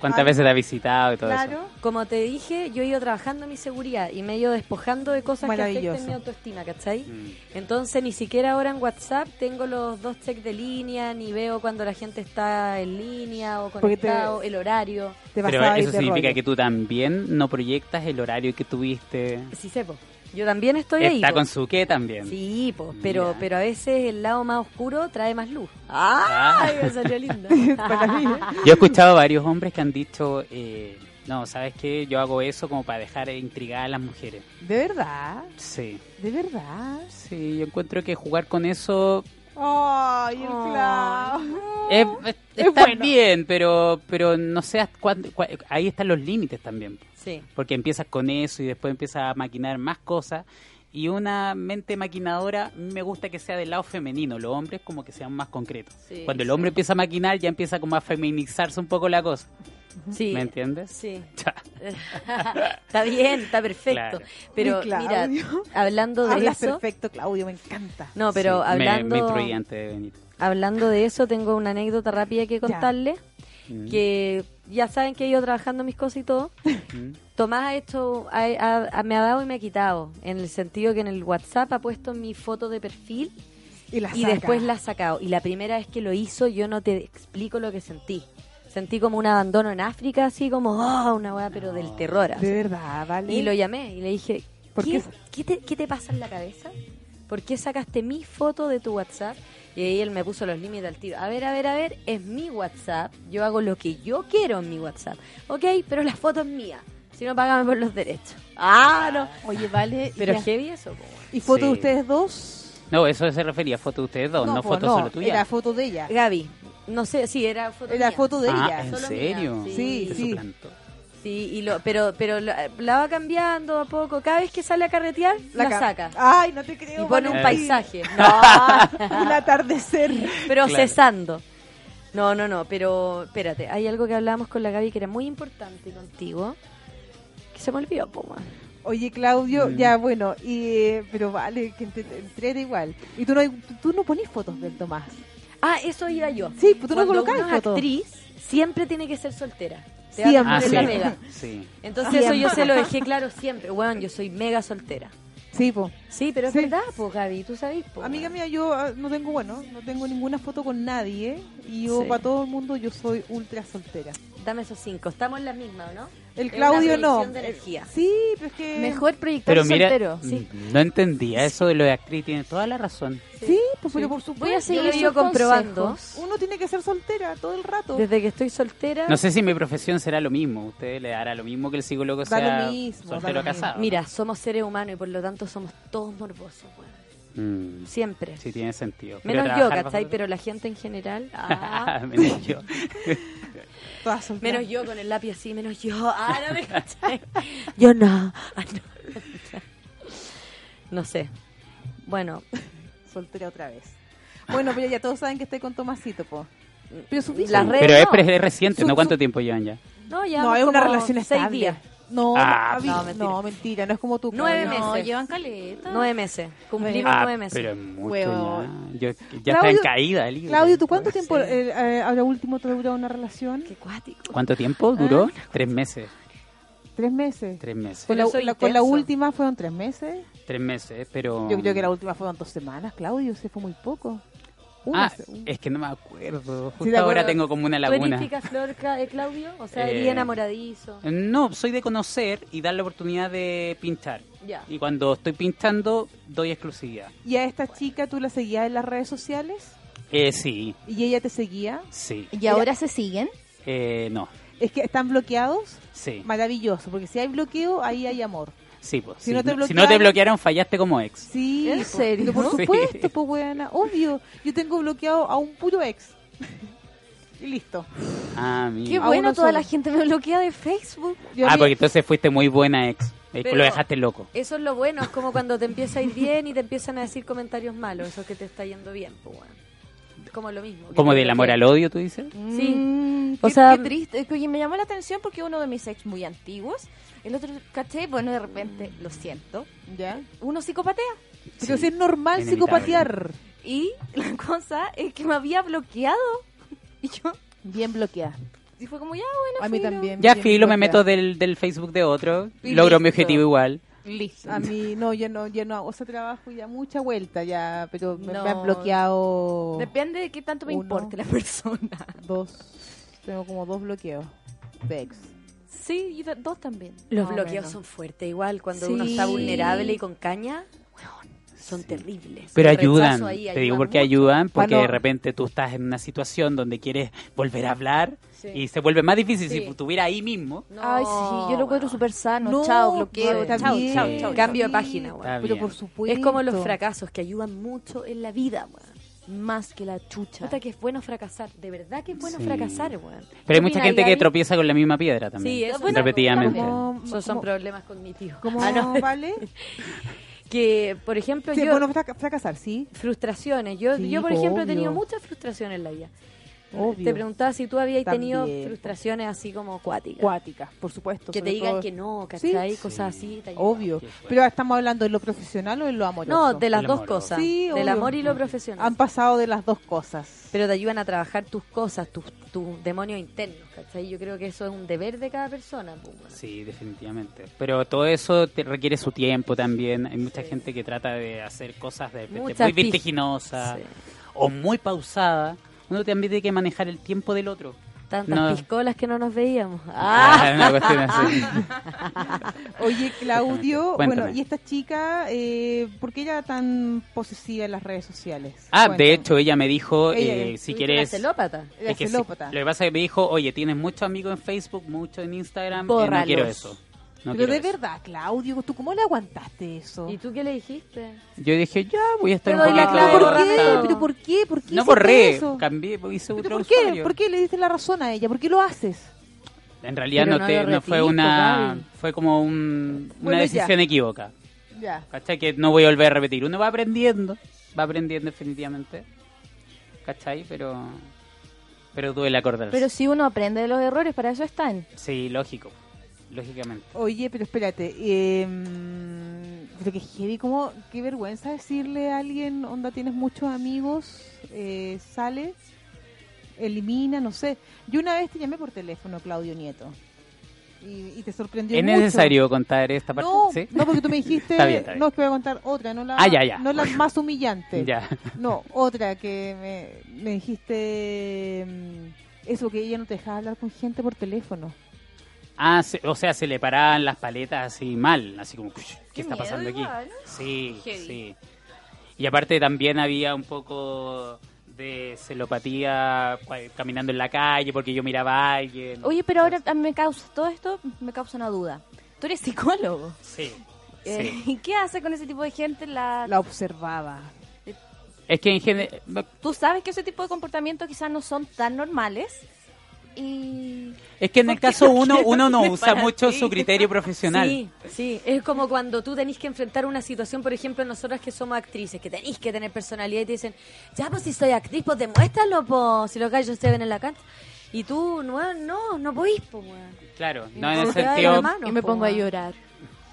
¿Cuántas Ah, veces te ha visitado y todo eso? Claro. Como te dije, yo he ido trabajando mi seguridad y me he ido despojando de cosas que afecten Maravilloso. mi autoestima, ¿cachai? Mm. Entonces ni siquiera ahora en WhatsApp tengo los dos checks de línea, ni veo cuando la gente está en línea o Porque te- conectado, el horario. Te Pero pasaba ahí eso de significa rollo. que tú también no proyectas el horario que tuviste. Sí, sepo. Yo también estoy ahí. Está po. con su qué también. Sí, po, pero, Mira. pero a veces el lado más oscuro trae más luz. ¡Ay! Me salió lindo. Para mí, ¿eh? Ah. Yo he escuchado a varios hombres que han dicho, eh, no, ¿sabes qué? Yo hago eso como para dejar intrigadas a las mujeres. De verdad, Sí, de verdad. sí, yo encuentro que jugar con eso Ay, el Clau. es, es- está bien, pero, pero no seas cuándo- cua- ahí están los límites también. Sí. Porque empiezas con eso y después empiezas a maquinar más cosas. Y una mente maquinadora me gusta que sea del lado femenino, los hombres como que sean más concretos. Sí, Cuando el sí. hombre empieza a maquinar ya empieza como a feminizarse un poco la cosa. Sí. ¿Me entiendes? Sí. Ya. está bien, está perfecto. Claro. Pero Mi mira, Claudio. hablando de Hablas eso, perfecto, Claudio, me encanta. no, pero Sí, me- hablando Me, instruí antes de venir. Hablando de eso, tengo una anécdota rápida que contarle. Que ya saben que he ido trabajando mis cosas y todo. Mm. Tomás ha hecho, ha- ha- ha- me ha dado y me ha quitado. En el sentido que en el WhatsApp ha puesto mi foto de perfil Y, la y saca. después la ha sacado. Y la primera vez que lo hizo, yo no te explico lo que sentí. Sentí como un abandono en África, así como, ah, una weá, pero del terror. así. De verdad, vale. Y lo llamé y le dije, ¿Por ¿qué, qué? qué te, qué te pasa en la cabeza? ¿Por qué sacaste mi foto de tu WhatsApp? Y ahí él me puso los límites al tiro. A ver, a ver, a ver, es mi WhatsApp. Yo hago lo que yo quiero en mi WhatsApp. Ok, pero la foto es mía. Si no, págame por los derechos. Ah, no. Oye, vale. Pero ¿y, es heavy eso. po. ¿y foto de Sí. ustedes dos? No, eso se refería a foto de ustedes dos, no, pues, foto solo tuya. Era foto de ella. Gaby, No sé, sí, era foto. La mía. foto de Ah, ella. ¿en Solo serio? mía, sí. Te Sí. suplantó. Sí, y lo, pero, pero la, la va cambiando a poco. Cada vez que sale a carretear, la, ca- Ah, saca. Ay, no te Y creo. pone un Eh. Valentín. paisaje. No. Un atardecer. pero Claro. cesando. No, no, no, pero espérate, hay algo que hablábamos con la Gaby que era muy importante contigo, que se me olvidó, Poma. Oye, Claudio, Mm. ya bueno, y, eh, pero vale, que entre, entrete igual. Y tú no, hay- tú no ponís fotos del Tomás. Ah, eso iba yo. Sí, pues tú no Cuando colocás uno es fotos. actriz, siempre tiene que ser soltera. Te Siempre. va a Ah, poner sí. la mega. sí. Entonces eso yo se lo dejé claro siempre. Bueno, yo soy mega soltera. Sí, po. Sí, pero es Sí. verdad, pues Gaby, tú sabes. po, Amiga weón. mía, yo ah, no tengo, bueno, no tengo ninguna foto con nadie. ¿eh? Y yo, Sí. para todo el mundo, yo soy ultra soltera. Dame esos cinco. Estamos en la misma, ¿o no? El Es Claudio una no. proyección de energía. Sí, pero es que. Mejor proyector Pero mira, mm, soltero. sí. no entendía eso de lo de actriz, tiene toda la razón. Sí, pues, pero por supuesto. Voy a Yo lo seguir he ido sus comprobando. consejos. Uno tiene que ser soltera todo el rato. Desde que estoy soltera, No sé si mi profesión será lo mismo. ¿Usted le dará lo mismo que el psicólogo Da lo sea mismo, soltero da o lo mismo. casado? mira, somos seres humanos y por lo tanto somos todos morbosos, weón. Mm, Siempre. sí, tiene sentido. Pero Menos yo, trabajar ¿cachai? bajo- Pero la gente en general. ah. Menos yo. Todas solteras. menos yo con el lápiz así, menos yo. Ah, no me cachai. Yo no. Ah, no. No sé. Bueno, soltera otra vez. Bueno, pero ya todos saben que estoy con Tomasito, po. Pero subí Las Sí, redes Pero es, no. pre- es reciente, Su- ¿no? su- ¿Cuánto tiempo llevan ya? no, ya. No, es una relación seis estable. días. No, Ah, Javi, no, no, mentira. mentira. no, es como tú. Nueve Claudio. meses. No, llevan caleta. Nueve meses. Cumplimos Ah, nueve meses. pero es mucho Huevo. ya. Yo- ya está en Claudio- caída el hilo. Claudio, ¿tú cuánto tiempo eh, eh, ahora último te ha durado una relación? Qué cuático. ¿Cuánto tiempo duró? ¿Ah? Tres meses. Tres meses. Tres meses. Con la, Pero eso la- con la intenso. última fueron tres meses. Tres meses, pero... Yo creo que la última fueron dos semanas, Claudio, se fue muy poco. Una Ah, se- un- es que no me acuerdo. Justo Sí, de ahora acuerdo. tengo como una ¿Tú eres laguna. picaflor, Ca- eh, Claudio? O sea, Eh. bien enamoradizo. No, soy de conocer y dar la oportunidad de pintar. Ya. Y cuando estoy pintando, doy exclusividad. ¿Y a esta chica tú la seguías en las redes sociales? Eh, sí, ¿Y ella te seguía? sí. ¿Y ahora se siguen? Eh, no, Es que están bloqueados. sí. Maravilloso, porque si hay bloqueo, ahí hay amor. Sí, pues. Si sí. no te si no te bloquearon- bloquearon, fallaste como ex. Sí, ¿En po, serio? pero por Sí. supuesto, pues weona, obvio. Yo tengo bloqueado a un puro ex. y listo. Ah, Qué mira. A bueno, uno toda solo. la gente me bloquea de Facebook. Yo Ah, había- porque entonces fuiste muy buena ex. Eh, Pero- Lo dejaste loco. Eso es lo bueno, es como cuando te empieza a ir bien y te empiezan a decir comentarios malos, eso que te está yendo bien, pues bueno. Como lo mismo. que Como te del amor al odio, tú dices. Sí. Mm, O qué- sea- qué triste. Es que, oye, me llamó la atención porque uno de mis ex muy antiguos, el otro, caché, bueno, de repente, lo siento, ¿Ya? uno psicopatea. Pero Sí, si es normal inevitable. psicopatear. Y la cosa es que me había bloqueado. Y yo, Bien bloqueada. y fue como, ya, bueno, A mí filo. también. Ya bien filo, me meto bloqueada. del, del Facebook de otro. Y Logro mi listo. objetivo igual. Listo. A mí, no, yo no, yo no hago ese trabajo ya mucha vuelta ya, pero me, me No. han bloqueado Depende de qué tanto me Uno. importe la persona. dos, tengo como dos bloqueos de ex. Sí, y do- dos también. Ah, Los Más o bloqueos menos. son fuertes, igual cuando Sí. uno está vulnerable y con caña, weón, son terribles. Pero El rechazo ayudan, ahí te digo ayuda porque mucho. ayudan, porque Ah, no. de repente tú estás en una situación donde quieres volver a hablar y se vuelve más difícil si Sí. estuviera ahí mismo. No, Ay, sí, yo lo encuentro weón. súper sano. No, chao, bloqueo. no, está chao, bien. chao, chao. Cambio de página, weón. Está Pero bien. por supuesto. Es como los fracasos que ayudan mucho en la vida, weón. Más que la chucha. Puta que es bueno fracasar, de verdad que es bueno Sí. fracasar, weón. Pero hay ¿Qué mucha opináis, gente que Gaby? tropieza con la misma piedra también, Sí, eso- repetidamente. Como- Esos son como- problemas cognitivos. ¿Cómo Ah, no. vale? Que, por ejemplo, Sí, pues yo... bueno, fraca- fracasar, sí, frustraciones. Yo, Sí, yo por ejemplo, he obvio. tenido muchas frustraciones en la vida. Obvio. Te preguntaba si tú habías tenido También. frustraciones así como acuáticas. acuáticas, por supuesto. que te sobre digan todo- que no, Sí. ¿cachai? Cosas así. te ayudan. Obvio. pues. Pero estamos hablando de lo profesional o de lo amoroso. No, de las El dos amoroso. cosas. Sí, del obvio. amor y lo profesional. Han pasado de las dos cosas. Pero te ayudan a trabajar tus cosas, tus, tus demonios internos, ¿cachai? Yo creo que eso es un deber de cada persona. pues, bueno. Sí, definitivamente. Pero todo eso te requiere su tiempo también. Hay mucha gente que trata de hacer cosas de repente Mucha muy pis- vertiginosas Sí. o muy pausada. Uno también tiene que manejar el tiempo del otro. Tantas No. piscolas que no nos veíamos. Ah, Ah, una cuestión así. Ah. Oye, Claudio, Cuéntame. bueno, y esta chica, eh, ¿por qué ella tan posesiva en las redes sociales? Ah, Cuéntame. de hecho, ella me dijo, Ella eh, es- tuviste si una quieres... celópata. La Es que sí. celópata. Lo que pasa es que me dijo, oye, tienes muchos amigos en Facebook, muchos en Instagram, eh, no Bórralos. quiero eso. No Pero quiero de eso. verdad, Claudio, ¿tú cómo le aguantaste eso? ¿Y tú qué le dijiste? Yo dije, ya, voy a estar Te un doy la ¿Pero poquito... clave por borraste qué? todo. ¿Pero por qué? ¿Por qué No hiciste borré, eso? cambié, pues, hice ¿Pero otro por qué? usuario. ¿Por qué le diste la razón a ella? ¿Por qué lo haces? En realidad Pero no, no te- lo no fue repito, una... Gaby. Fue como un- una Bueno, ya. decisión equívoca. Ya. ¿Cachai? Que no voy a volver a repetir. Uno va aprendiendo, va aprendiendo definitivamente. ¿Cachai? Pero... Pero duele acordarse. Pero si uno aprende de los errores, para eso están. Sí, lógico. Lógicamente. Oye, pero espérate. Eh, pero que heavy, como, qué vergüenza decirle a alguien, onda, tienes muchos amigos, eh, sales, elimina, no sé. Yo una vez te llamé por teléfono, Claudio Nieto. Y, y te sorprendió ¿Es mucho. necesario contar esta parte? No, ¿Sí? no, porque tú me dijiste, Está bien, está bien. no, es que voy a contar otra, no la, Ah, ya, ya. No la más humillante. Ya. No, otra que me, me dijiste mm, eso que ella no te dejaba hablar con gente por teléfono. Ah, se- o sea, se le paraban las paletas así mal, así como, "Ush, ¿qué, está miedo pasando aquí? igual. Sí, Heavy. sí. Y aparte también había un poco de celopatía cua- caminando en la calle porque yo miraba a alguien. Oye, pero ahora a mí me causa, todo esto me causa una duda. Tú eres psicólogo. Sí, Eh, sí. ¿Y qué hace con ese tipo de gente? La... La observaba. Es que en general... Tú sabes que ese tipo de comportamientos quizás no son tan normales. Y Es que en el ¿Por qué caso no uno, quiero uno no irme usa para mucho ti? su criterio profesional. Sí, sí, es como cuando tú tenés que enfrentar una situación, por ejemplo, nosotras que somos actrices, que tenés que tener personalidad y te dicen, ya, pues si soy actriz, pues demuéstralo, pues si los gallos se ven en la cancha. Y tú, no, no, no podís, pues, weón. Claro, Y no en te el va de la sentido... mano, y me po, pongo a weón. llorar.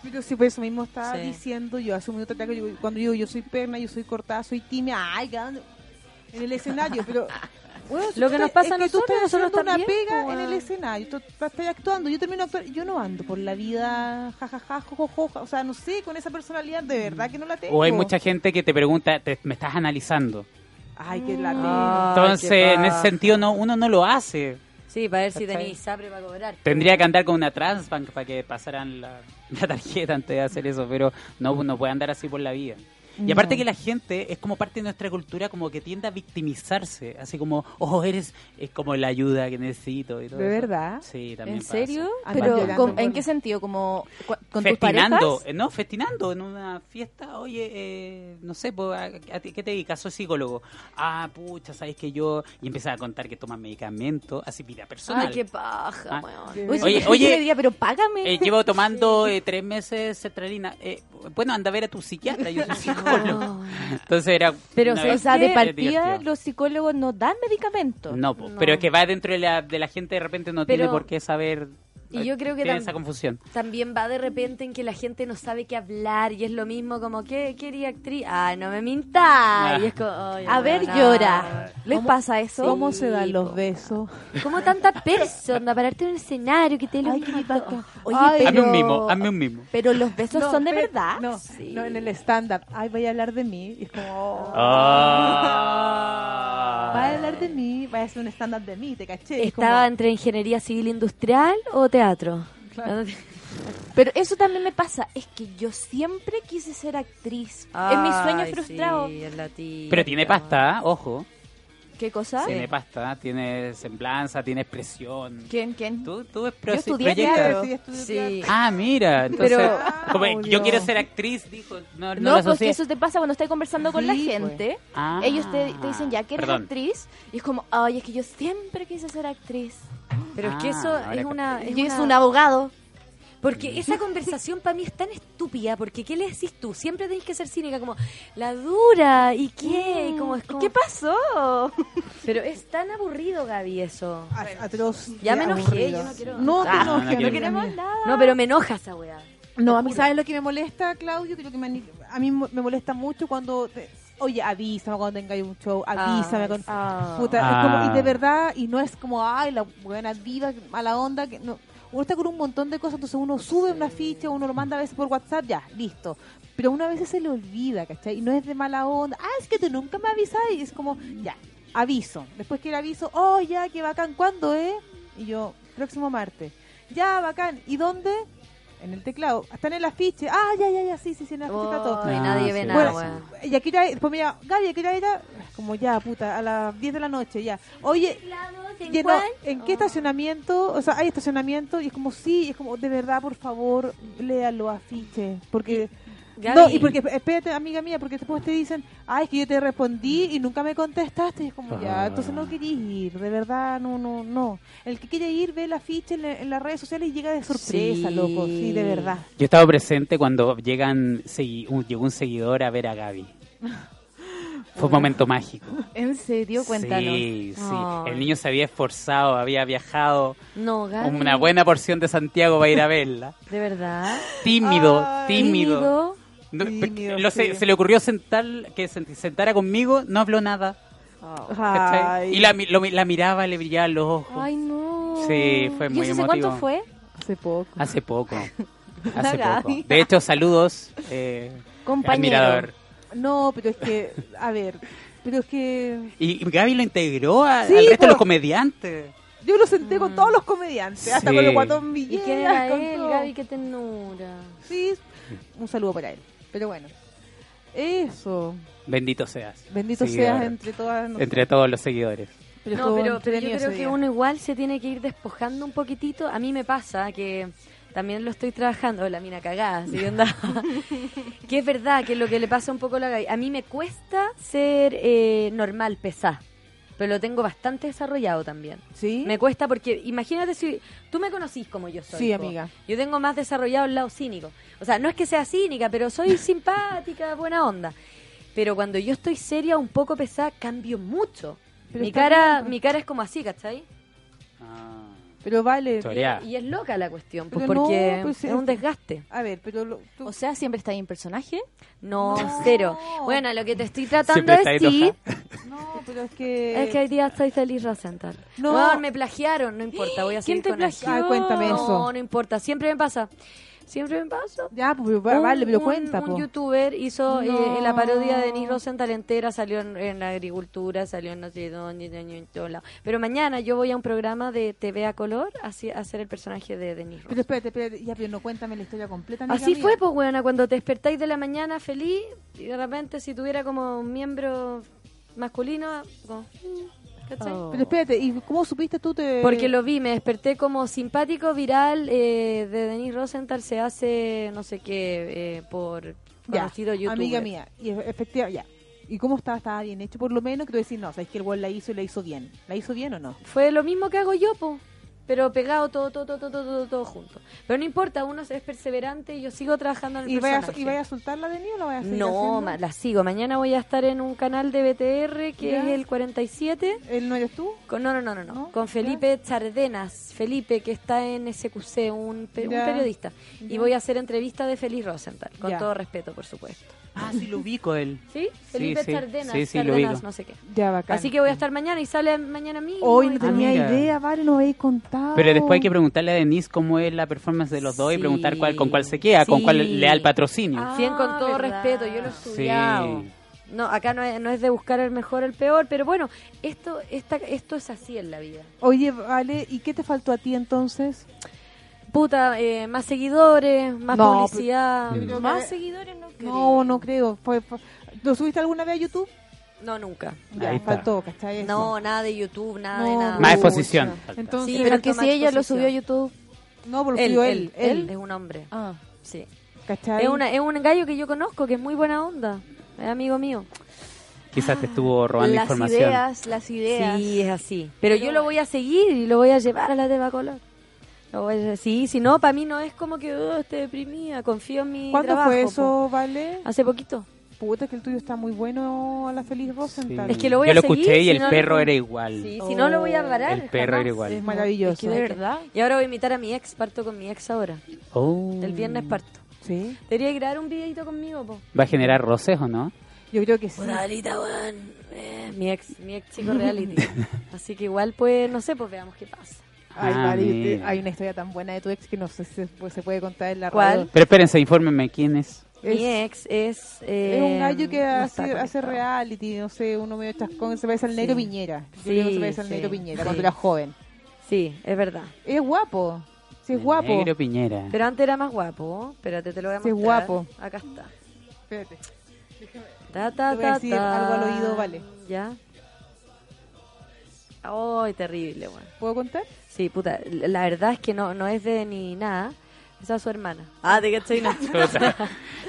Pero sí, por eso mismo estaba Sí. diciendo yo hace un minuto atrás que yo- cuando digo yo soy perna, yo soy cortada, soy tímida, ay, gan- en el escenario, pero... bueno, si Lo tú que nos estás- pasa a es que tú nosotros, estás nosotros haciendo una también, pega po, en el weón. escenario, tú estás estás actuando, yo termino actuando, yo no ando por la vida, jajaja, jojojo, o sea, no sé, con esa personalidad de verdad que no la tengo. O hay mucha gente que te pregunta, te- me estás analizando. Ay, que la Ah, Entonces, en ese sentido, no, uno no lo hace. Sí, para ver si ¿Cachai? tenés sapre para cobrar. Tendría que andar con una Transbank para que pasaran la, la tarjeta antes de hacer eso, pero no, no puede andar así por la vida. Y aparte No. que la gente es como parte de nuestra cultura, como que tiende a victimizarse, así como, oh, eres, es como la ayuda que necesito y todo ¿De eso. verdad? Sí, también ¿En pasa. serio? Andan Pero llorando ¿con- por- ¿en qué sentido? ¿Como cu- con tus festinando, parejas? eh, no, festinando en una fiesta, oye, eh, no sé, po, ¿a, a ti qué te dedicas? Soy psicólogo. Ah, pucha, sabes que yo... Y empezaba a contar que tomas medicamentos, así, vida personal. Ay, qué paja, Ah. weón. Oye, Oye, yo oye. le diría, pero págame. Eh, llevo tomando eh, tres meses sertralina. Eh, bueno, anda a ver a tu psiquiatra, yo soy psicólogo. Entonces era... Pero, una o o vez sea, de que- partida divertido. los psicólogos no dan medicamentos. No, po, No. pero es que va dentro de la, de la gente, de repente no Pero- tiene por qué saber... Y yo creo que tiene tam- esa confusión. También va de repente en que la gente no sabe qué hablar y es lo mismo como, ¿qué quería actriz? Ay, no me mintáis. Y es como, "Ay, A ver, weona". llora. ¿Les pasa eso? ¿Cómo se dan Sí, los po. besos? ¿Cómo tanta persona? Pararte en el escenario, que te lo Ay, mismo qué a paja. todo. Ay, Hazme un pero- mimo, hazme un mimo. Pero los besos No, son de pero- verdad. No, Sí. no, en el stand-up. Ay, vaya a hablar de mí. Y es como... oh. Ah. Va a hablar de mí, va a hacer un stand-up de mí, te caché. Es ¿Estaba como- entre ingeniería civil industrial o teatro? Pero eso también me pasa. Es que yo siempre quise ser actriz. es mi sueño frustrado. Pero tiene pasta, ¿eh? ojo. ¿Qué ¿Ah? cosa? Tiene pasta, tiene semblanza, tiene expresión. ¿Quién? ¿Quién? Tú, tú es pro- Yo estudié proyectas. teatro. Sí, estudié Sí. Ah, mira. Entonces, Pero- como Claudio. yo quiero ser actriz, dijo. No, No, no, lo porque asocié. eso te pasa cuando estás conversando con la Sí, pues. gente. Ah, Ellos te, te dicen, ya que eres perdón. actriz. Y es como, ay, es que yo siempre quise ser actriz. Pero es que Ah, eso ahora es una... Y yo soy un abogado. Porque esa conversación para mí es tan estúpida, porque ¿qué le decís tú? Siempre tenés que ser cínica, como, la dura, ¿y Ah, qué? Y como, es como- ¿Qué pasó? Pero es tan aburrido, Gaby, eso. A- Atroz. Ya de me enojé, aburrido. yo no quiero- No, te Ah, enojes, no, no quiero. amiga Queremos mía. nada. No, pero me enoja esa weá. No, a mí, ¿sabes lo que me molesta, Claudio? Que lo que me, a mí mo- me molesta mucho cuando. te- Oye, avísame cuando tengáis un show, avísame. Ay, cuando- Ah. Puta, es Ah. como- y de verdad, y no es como, ay, la buena diva, mala onda, que no. Uno está con un montón de cosas, entonces uno sube una ficha, uno lo manda a veces por WhatsApp, ya, listo. Pero una vez se le olvida, ¿cachai? Y no es de mala onda, ah, es que tú nunca me avisas, y es como, ya, aviso. Después que le aviso, oh, ya, qué bacán, ¿cuándo, eh? Y yo, próximo martes. Ya, bacán, ¿y dónde? En el teclado, está en el afiche, ah, ya, ya, ya, sí, sí, sí, en el afiche está todo. Ay, nadie ve Oh, sí. nada, Bueno, weá. Y aquí era, después me llama, pues Gaby, aquí era, era Como ya, puta, a las 10 de la noche ya. Oye, ¿En llenó- cuál? ¿en qué estacionamiento? O sea, hay estacionamiento y es como, sí, y es como, de verdad, por favor, lea los afiches. Porque. Gaby. No, y porque, espérate, amiga mía, porque después te dicen, ay, es que yo te respondí y nunca me contestaste. Y es como, ya, entonces no querís ir, de verdad, no, no, no. El que quiere ir ve el afiche en, la- en las redes sociales y llega de sorpresa, Sí. loco, sí, de verdad. Yo estaba presente cuando llegan segui- un- llegó un seguidor a ver a Gaby. Fue un momento mágico. ¿En serio? Cuéntanos. Sí, sí. Ay. El niño se había esforzado, había viajado Oh. No, Gaby. una buena porción de Santiago para ir a verla. De verdad. Tímido, Ay. tímido. Tímido. No, pe- Tímido, lo se, sí. se le ocurrió sentar, que se sentara conmigo, no habló nada. ¿cachai? Ay, Y la, mi- lo mi- la miraba, le brillaban los ojos. Ay, no. Sí, fue ¿Y muy eso hace cuánto emotivo. fue? hace poco. Hace poco. La Hace poco. Gaby. De hecho, saludos, eh, Compañero. admirador. No, pero es que, a ver, pero es que Y Gaby lo integró a- Sí, al resto de po. los comediantes. yo lo senté con todos los comediantes, hasta Sí. con el guatón ¿Y Villegas, quién era con él, todo. Gaby? Qué ternura. Sí, un saludo para él, pero bueno. Eso, Bendito seas. bendito Seguidor. seas entre todas nosotras. entre todos los seguidores. Pero no, estuvo pero, pero yo entretenido creo ese que día. uno igual se tiene que ir despojando un poquitito. A mí me pasa que también lo estoy trabajando, la mina cagada, ¿sí? Onda. que es verdad que lo que le pasa un poco a la Gaby, a mí me cuesta ser eh, normal, pesada, pero lo tengo bastante desarrollado también. ¿Sí? Me cuesta porque imagínate si tú me conocís como yo soy. Sí, po. amiga. Yo tengo más desarrollado el lado cínico. O sea, no es que sea cínica, pero soy simpática, buena onda. Pero cuando yo estoy seria, un poco pesada, cambio mucho. Pero mi está cara, bien. pues. mi cara es como así, ¿cachai? Ah, Pero vale, Choreá. Y es loca la cuestión, pues, Ah. Pero no, porque pues, es eh, un desgaste. a ver, pero lo- tú- O sea, siempre está ahí en personaje. No, cero. Bueno, lo que te estoy tratando Siempre de está decir no, pero es que... es que hoy día estoy feliz racental. No. No, me plagiaron, no importa, voy a ¿Quién seguir te con eso. Ah, cuéntame No, eso. no importa, siempre me pasa. Siempre me pasa. Ya, pues, va- Un- vale, pero un- cuenta, Un po. youtuber hizo eh, No. la parodia de Denis Rosenthal entera, salió en, en la agricultura, salió en no sé dónde, en, en todo lado. Pero mañana yo voy a un programa de TV a color así, a hacer el personaje de Denis Pero Rosenthal. espérate, espérate, ya, pero no cuéntame la historia completa. amiga Así mía. fue, pues, buena, cuando te despertáis de la mañana feliz y de repente si tuviera como un miembro masculino, como, mm, ¿cachai? Pero espérate, ¿y cómo supiste tú? Te... Porque lo vi, me desperté como simpático, viral, eh, de Denis Rosenthal se hace no sé qué, eh, por Ya, conocido youtuber. Amiga mía, y efe- efectivamente, ya. ¿Y cómo estaba? ¿Estaba bien hecho por lo menos? Que tú decís, no, sabes que el gol la hizo y la hizo bien. ¿La hizo bien o no? Fue lo mismo que hago yo, po, pero pegado todo, todo, todo, todo, todo, todo junto. Pero no importa, uno es perseverante y yo sigo trabajando en el ¿Y vaya, personaje. ¿Y vaya a soltarla de mí o la vaya a seguir no, haciendo? ma- la sigo. Mañana voy a estar en un canal de BTR que Ya. es el 47. ¿Él no eres tú? Con, no, no, no, no, no. ¿No? Con Felipe Chardenas. Felipe, que está en SQC, un, pe- un Ya. periodista. Y voy a hacer entrevista de Feliz Rosenthal. Con Ya. todo respeto, por supuesto. Ah, sí, lo ubico él. ¿Sí? Felipe sí. Chardenas. Sí, sí, lo Chardenas, ubico. no sé qué. Ya, bacán. Así que voy a estar mañana y sale mañana mismo. Hoy y no todo. tenía Amiga. idea, vale, no me habéis contado. Pero después hay que preguntarle a Denise cómo es la performance de los dos y Sí. preguntar cuál con cuál se queda, con Sí. cuál le da el patrocinio. Ah, Fien, con todo verdad. respeto, yo lo he Sí. estudiado. No, acá no es, no es de buscar el mejor, el peor, pero bueno, esto, esta, esto es así en la vida. Oye, vale, ¿y qué te faltó a ti entonces? Puta, eh, más seguidores, más No, publicidad. pero- Yo Más creo- seguidores no creo. No, no creo. Fue, fue- ¿Lo subiste alguna vez a YouTube? No, nunca. Ya, Ahí está. faltó, ¿cachai? Eso. No, nada de YouTube, nada de No, nada. Más Uy, exposición. Entonces, Sí, Pero que faltó si más ella lo exposición. subió a YouTube. no, porque Él, yo él, él, él, es un hombre. Ah. Sí. ¿cachai? Es, una- es un gallo que yo conozco, que es muy buena onda. Es amigo mío. Quizás te estuvo robando las información. ideas, las ideas. Sí, es así. Pero, yo lo voy a seguir y lo voy a llevar a la Teba Color. Lo voy a- sí, si no, para mí no es como que oh, esté deprimida. Confío en mi ¿Cuándo trabajo. fue po. eso, vale? Hace poquito. Puta, que el tuyo está muy bueno a la feliz Rosenthal. Es que lo voy Yo a lo seguir, escuché y si el no, no perro puedo- era igual. Sí, si no, lo voy a parar. Oh, El perro jamás. era igual. Es maravilloso. Es que de verdad. Y ahora voy a invitar a mi ex, parto con mi ex ahora. Oh. El Mm. viernes parto. Sí. Debería grabar un videito conmigo, po. ¿Va a generar roces o no? Yo creo que sí. Moralita, weón. Eh, mi ex, mi ex chico reality. Así que igual, pues, no sé, pues veamos qué pasa. Ay, Ah, Mari, mira. te- hay una historia tan buena de tu ex que no sé si se puede, se puede contar en la ¿Cuál? radio. Pero espérense, infórmenme quién es. mi Es- ex es... Es eh, un gallo que no hace, está hace conectado. reality, no sé, uno medio chascón, se parece al negro Piñera. Yo Sí, creo que se parece al sí, negro Piñera sí. cuando era joven. Sí, es verdad. Es guapo, sí es El guapo. Negro Piñera. Pero antes era más guapo. Espérate, te lo voy a Sí, mostrar. es guapo. Acá está. Espérate. Ta, ta, Te voy a ta, decir ta. algo al oído, vale. ¿Ya? Ay, terrible, weón. ¿Puedo contar? Sí, puta, la verdad es que no, no es de ni nada. Esa es su hermana. Ah, de que estoy no. Chuta.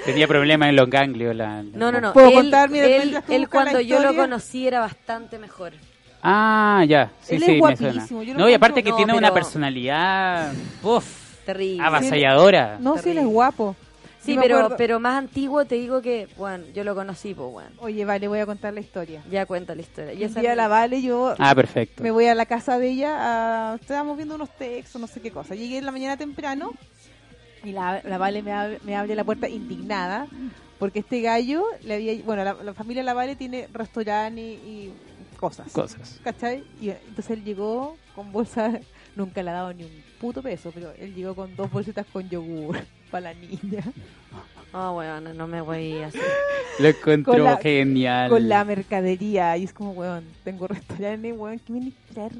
Tenía problemas en los ganglios. La, No, no, no. ¿Puedo él, contar mientras- él- mientras tú él buscas la cuando yo lo historia? conocí era bastante mejor. Ah, ya. Sí, Él es sí, me suena. guapísimo, yo lo No, y encuentro- aparte que No, tiene una pero- personalidad. Uf, Terrible. avasalladora. No, si él es Terrible. guapo. Sí, Yo me pero, acuerdo- pero más antiguo te digo que, bueno, yo lo conocí, pues, bueno. Oye, vale, voy a contar la historia. Ya cuenta la historia. Y Y un esa día es mi- la vale, yo Ah, perfecto. me voy a la casa de ella, a, estábamos viendo unos textos, no sé qué cosa. Llegué en la mañana temprano y la, la Vale me, ab- me abre la puerta indignada porque este gallo le había. Bueno, la, la familia La Vale tiene restaurante y, y cosas. Cosas. ¿Cachai? Y entonces él llegó con bolsa, nunca le ha dado ni un puto peso, pero él llegó con dos bolsitas con yogur para la niña. Ah, bueno, no me voy así. Lo encontró Con la- genial. Con la mercadería. Y es como, weón, tengo restaurante, weón, ¿qué viene a traer?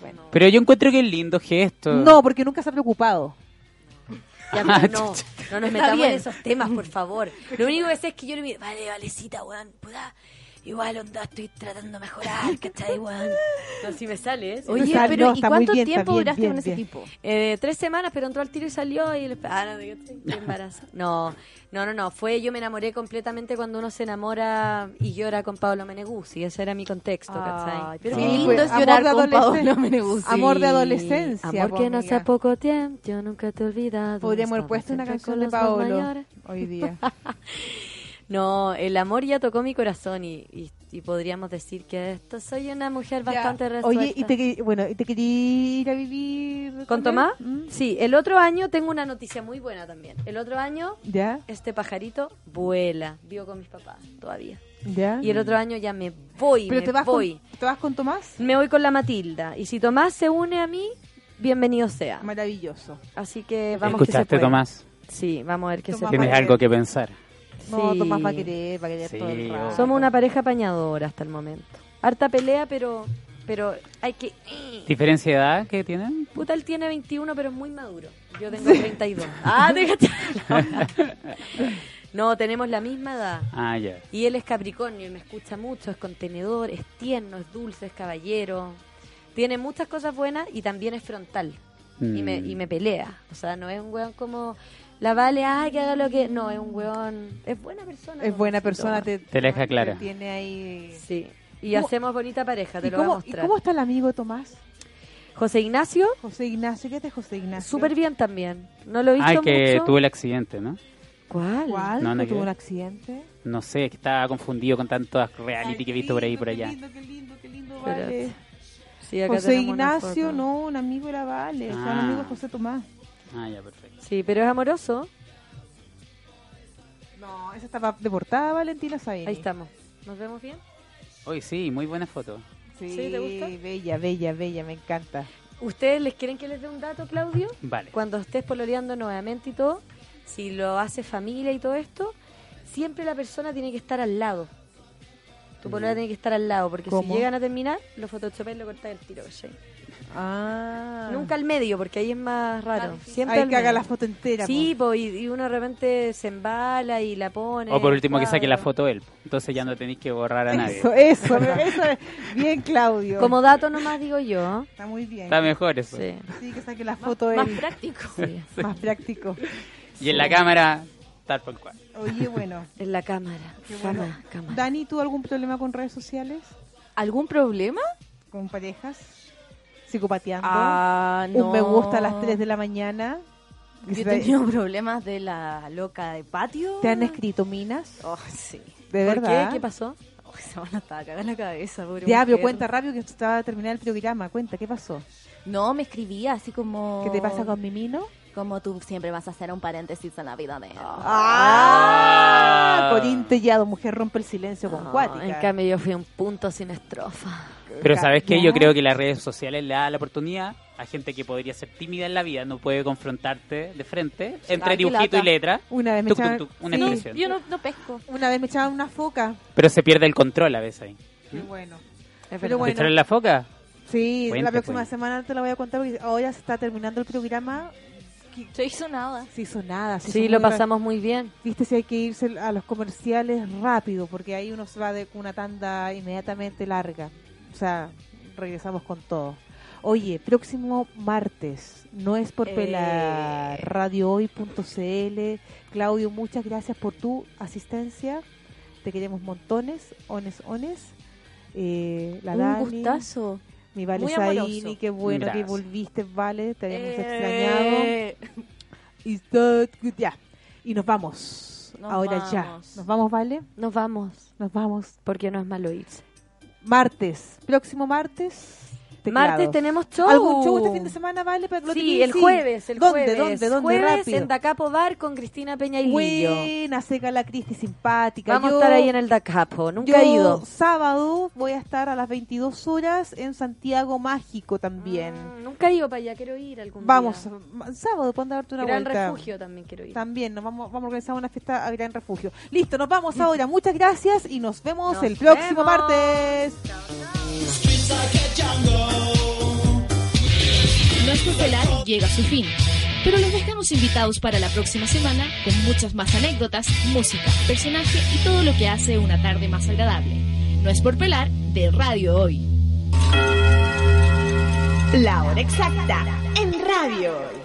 Bueno. Pero yo encuentro que es lindo gesto. No, porque nunca se ha preocupado. Ya, Ah, pero no, no nos metamos bien. en esos temas, por favor. Lo único que sé es que yo le miro, vale, valecita, weón, puta. Igual, onda, estoy tratando de mejorar, ¿cachai, weón? No, si me sale, ¿eh? Oye, Está- pero no, ¿y está muy cuánto bien, está tiempo bien, duraste bien, con ese bien. tipo? Eh, tres semanas, pero entró al tiro y salió y le ah, no, de- de embarazo. No, no, no, no. Fue yo me enamoré completamente cuando uno se enamora y llora con Pablo Meneguzzi. Ese era mi contexto, Ay, ¿cachai? pero Sí, qué pues, lindo es Ah, amor llorar de con adolescente. Paolo Meneguzzi. Amor de Sí, adolescencia, Amor po, que no hace amiga. poco tiempo, yo nunca te he olvidado. Podríamos haber Estaba puesto una siempre canción con de los dos Paolo mayores. hoy día. No, el amor ya tocó mi corazón y, y, y podríamos decir que esto soy una mujer bastante Ya. resuelta. Oye, ¿y te, que- bueno, ¿y te quería ir a vivir ¿Con él? Tomás? ¿Mm? Sí, el otro año tengo una noticia muy buena también. El otro año ¿Ya? este pajarito vuela. Vivo con mis papás todavía. ¿Ya? Y el otro año ya me voy, Ah. ¿Pero me te vas, voy. con, te vas con Tomás? Me voy con la Matilda. Y si Tomás se une a mí, bienvenido sea. Maravilloso. Así que vamos que se ¿Escuchaste, puede. Tomás? Sí, vamos a ver qué Tomás se Tienes va a puede. algo que pensar. No, Sí. Tomás va a querer, va a querer Sí, todo el rato. obvio. Somos una pareja apañadora hasta el momento. Harta pelea, pero pero hay que... ¿Diferencia de edad que tienen? Puta, él tiene 21, pero es muy maduro. Yo tengo 32. Ah, déjate. No, tenemos la misma edad. Ah, ya. Y él es Capricornio y me escucha mucho, es contenedor, es tierno, es dulce, es caballero. Tiene muchas cosas buenas y también es frontal. Y, me, Mm. y me pelea. O sea, no es un weón como la vale, ay, que haga lo que. No, es un weón. Es buena persona. Es buena Tomasito. persona, te, Te la deja clara. tiene ahí. Sí. Y ¿Cómo- hacemos bonita pareja, te ¿Y lo voy a cómo, y mostrar. cómo está el amigo de Tomás? José Ignacio, José Ignacio, ¿qué es de José Ignacio? súper bien también. No lo he visto Ay, Ah, que mucho. tuvo el accidente, ¿no? ¿Cuál? ¿Cuál? No, no ¿Que hay que tuvo un ver. accidente? No sé, que estaba confundido con tantos Ay, reality qué que he visto por ahí y por lindo, allá. Qué lindo, qué lindo, qué lindo, Espérate. vale. Sí, acá José tenemos una Ignacio, foto. no, un amigo era Vale, o sea, un Ah. amigo de José Tomás. Ah, ya, perfecto. Sí, pero es amoroso. No, esa estaba de portada Valentina Saini. Ahí estamos. ¿Nos vemos bien? Hoy sí, muy buena foto. Sí, Sí, ¿te gusta? bella, bella, bella, me encanta. ¿Ustedes les quieren que les dé un dato, Claudio? Vale. Cuando estés pololeando nuevamente y todo, si lo hace familia y todo esto, siempre la persona tiene que estar al lado. Tu polola tiene que estar al lado, porque si Mm. ¿Cómo? llegan a terminar, lo photoshopéis y lo cortáis el tiro, ¿cachai? Ah. Nunca al medio, porque ahí es más raro. Siempre Hay al que haga medio. la foto entera. pues. Sí, po, y, y uno de repente se embala y la pone. O por al último que saque la cuadro. foto él. Entonces ya no tenéis que borrar po. a nadie. Eso, eso, eso. Bien, Claudio. Como dato nomás digo yo. Está muy bien. Está mejor eso. Sí. Sí, que saque la foto Más él. práctico. sí. Más práctico. Y en la cámara, tal por cual. Oye, bueno. En la cámara. qué Fama, bueno. cámara. Dani, ¿tú algún problema con redes sociales? ¿Algún problema? ¿Con parejas? ¿Psicopateando? Ah, Un me gusta a las 3 de la mañana. Yo he tenido problemas de la loca de patio. ¿Te han escrito minas? Oh, sí. ¿De ¿Por verdad? qué? ¿Qué pasó? Oh, esa mano estaba cagada en la cabeza, pobre Ya, pero mujer. cuenta rápido que estaba a terminar el programa. Cuenta, ¿qué pasó? No, me escribía así como... ¿Qué te pasa con mi mino? Como tú siempre vas a hacer un paréntesis en la vida de él. ¡Ah! Corín Tellado, mujer rompe el silencio con No, Ah, cuática. En cambio yo fui un punto sin estrofa. Pero ¿sabes qué? Yo Ya. creo que las redes sociales le dan la oportunidad a gente que podría ser tímida en la vida, no puede confrontarte de frente, entre qué dibujito lata. y letra, Una vez me tuc, tuc, echaban, tuc, una sí, expresión. Yo no, no pesco. una vez me echaban una foca. Pero se pierde el control a veces ahí. Qué bueno. ¿Mm? Es Pero verdad. ¿Te bueno. echaron la foca? Sí, Cuenta, la próxima cuenta. semana te la voy a contar porque ahora se está terminando el programa. que Se hizo nada. se hizo nada. se Sí, hizo lo muy ra- pasamos muy bien. Viste si hay que irse a los comerciales rápido, porque ahí uno se va de una tanda inmediatamente larga. O sea, regresamos con todo. Oye, próximo martes, no es por Eh. pelar, radiohoy.cl. Claudio, muchas gracias por tu asistencia. Te queremos montones, ones, ones. Eh, la Un Dani, gustazo. mi Vale muy Zaini, amoroso. qué bueno Gracias. que volviste, Vale, te habíamos extrañado. Eh, Is that good? Ya. Y nos vamos. Nos Ahora ya. vamos. Nos vamos, ¿vale? Nos vamos, Nos vamos. porque no es malo irse. Martes. Próximo martes. Martes teclados. tenemos show. ¿Algún show este fin de semana, vale? Para que lo Sí, tengáis? el jueves, el ¿Dónde, jueves. ¿Dónde, dónde, Jueves Rápido. en Dacapo Bar con Cristina Peña y Lillo. Buena, seca la Cristi, simpática. Vamos Yo- a estar ahí en el Dacapo, yo nunca he ido. sábado voy a estar a las 22 horas en Santiago Mágico también. Mm, nunca he ido para allá, quiero ir algún Vamos, día. ma- sábado, pon a darte una Gran vuelta. refugio también quiero ir. También nos vamos, vamos a organizar una fiesta a Gran Refugio. Listo, nos vamos ahora. Muchas gracias y nos vemos Nos el próximo vemos. martes. No es por pelar llega a su fin, pero les dejamos invitados para la próxima semana con muchas más anécdotas, música, personaje y todo lo que hace una tarde más agradable. No es por pelar de Radio Hoy. La hora exacta en radio. Hoy.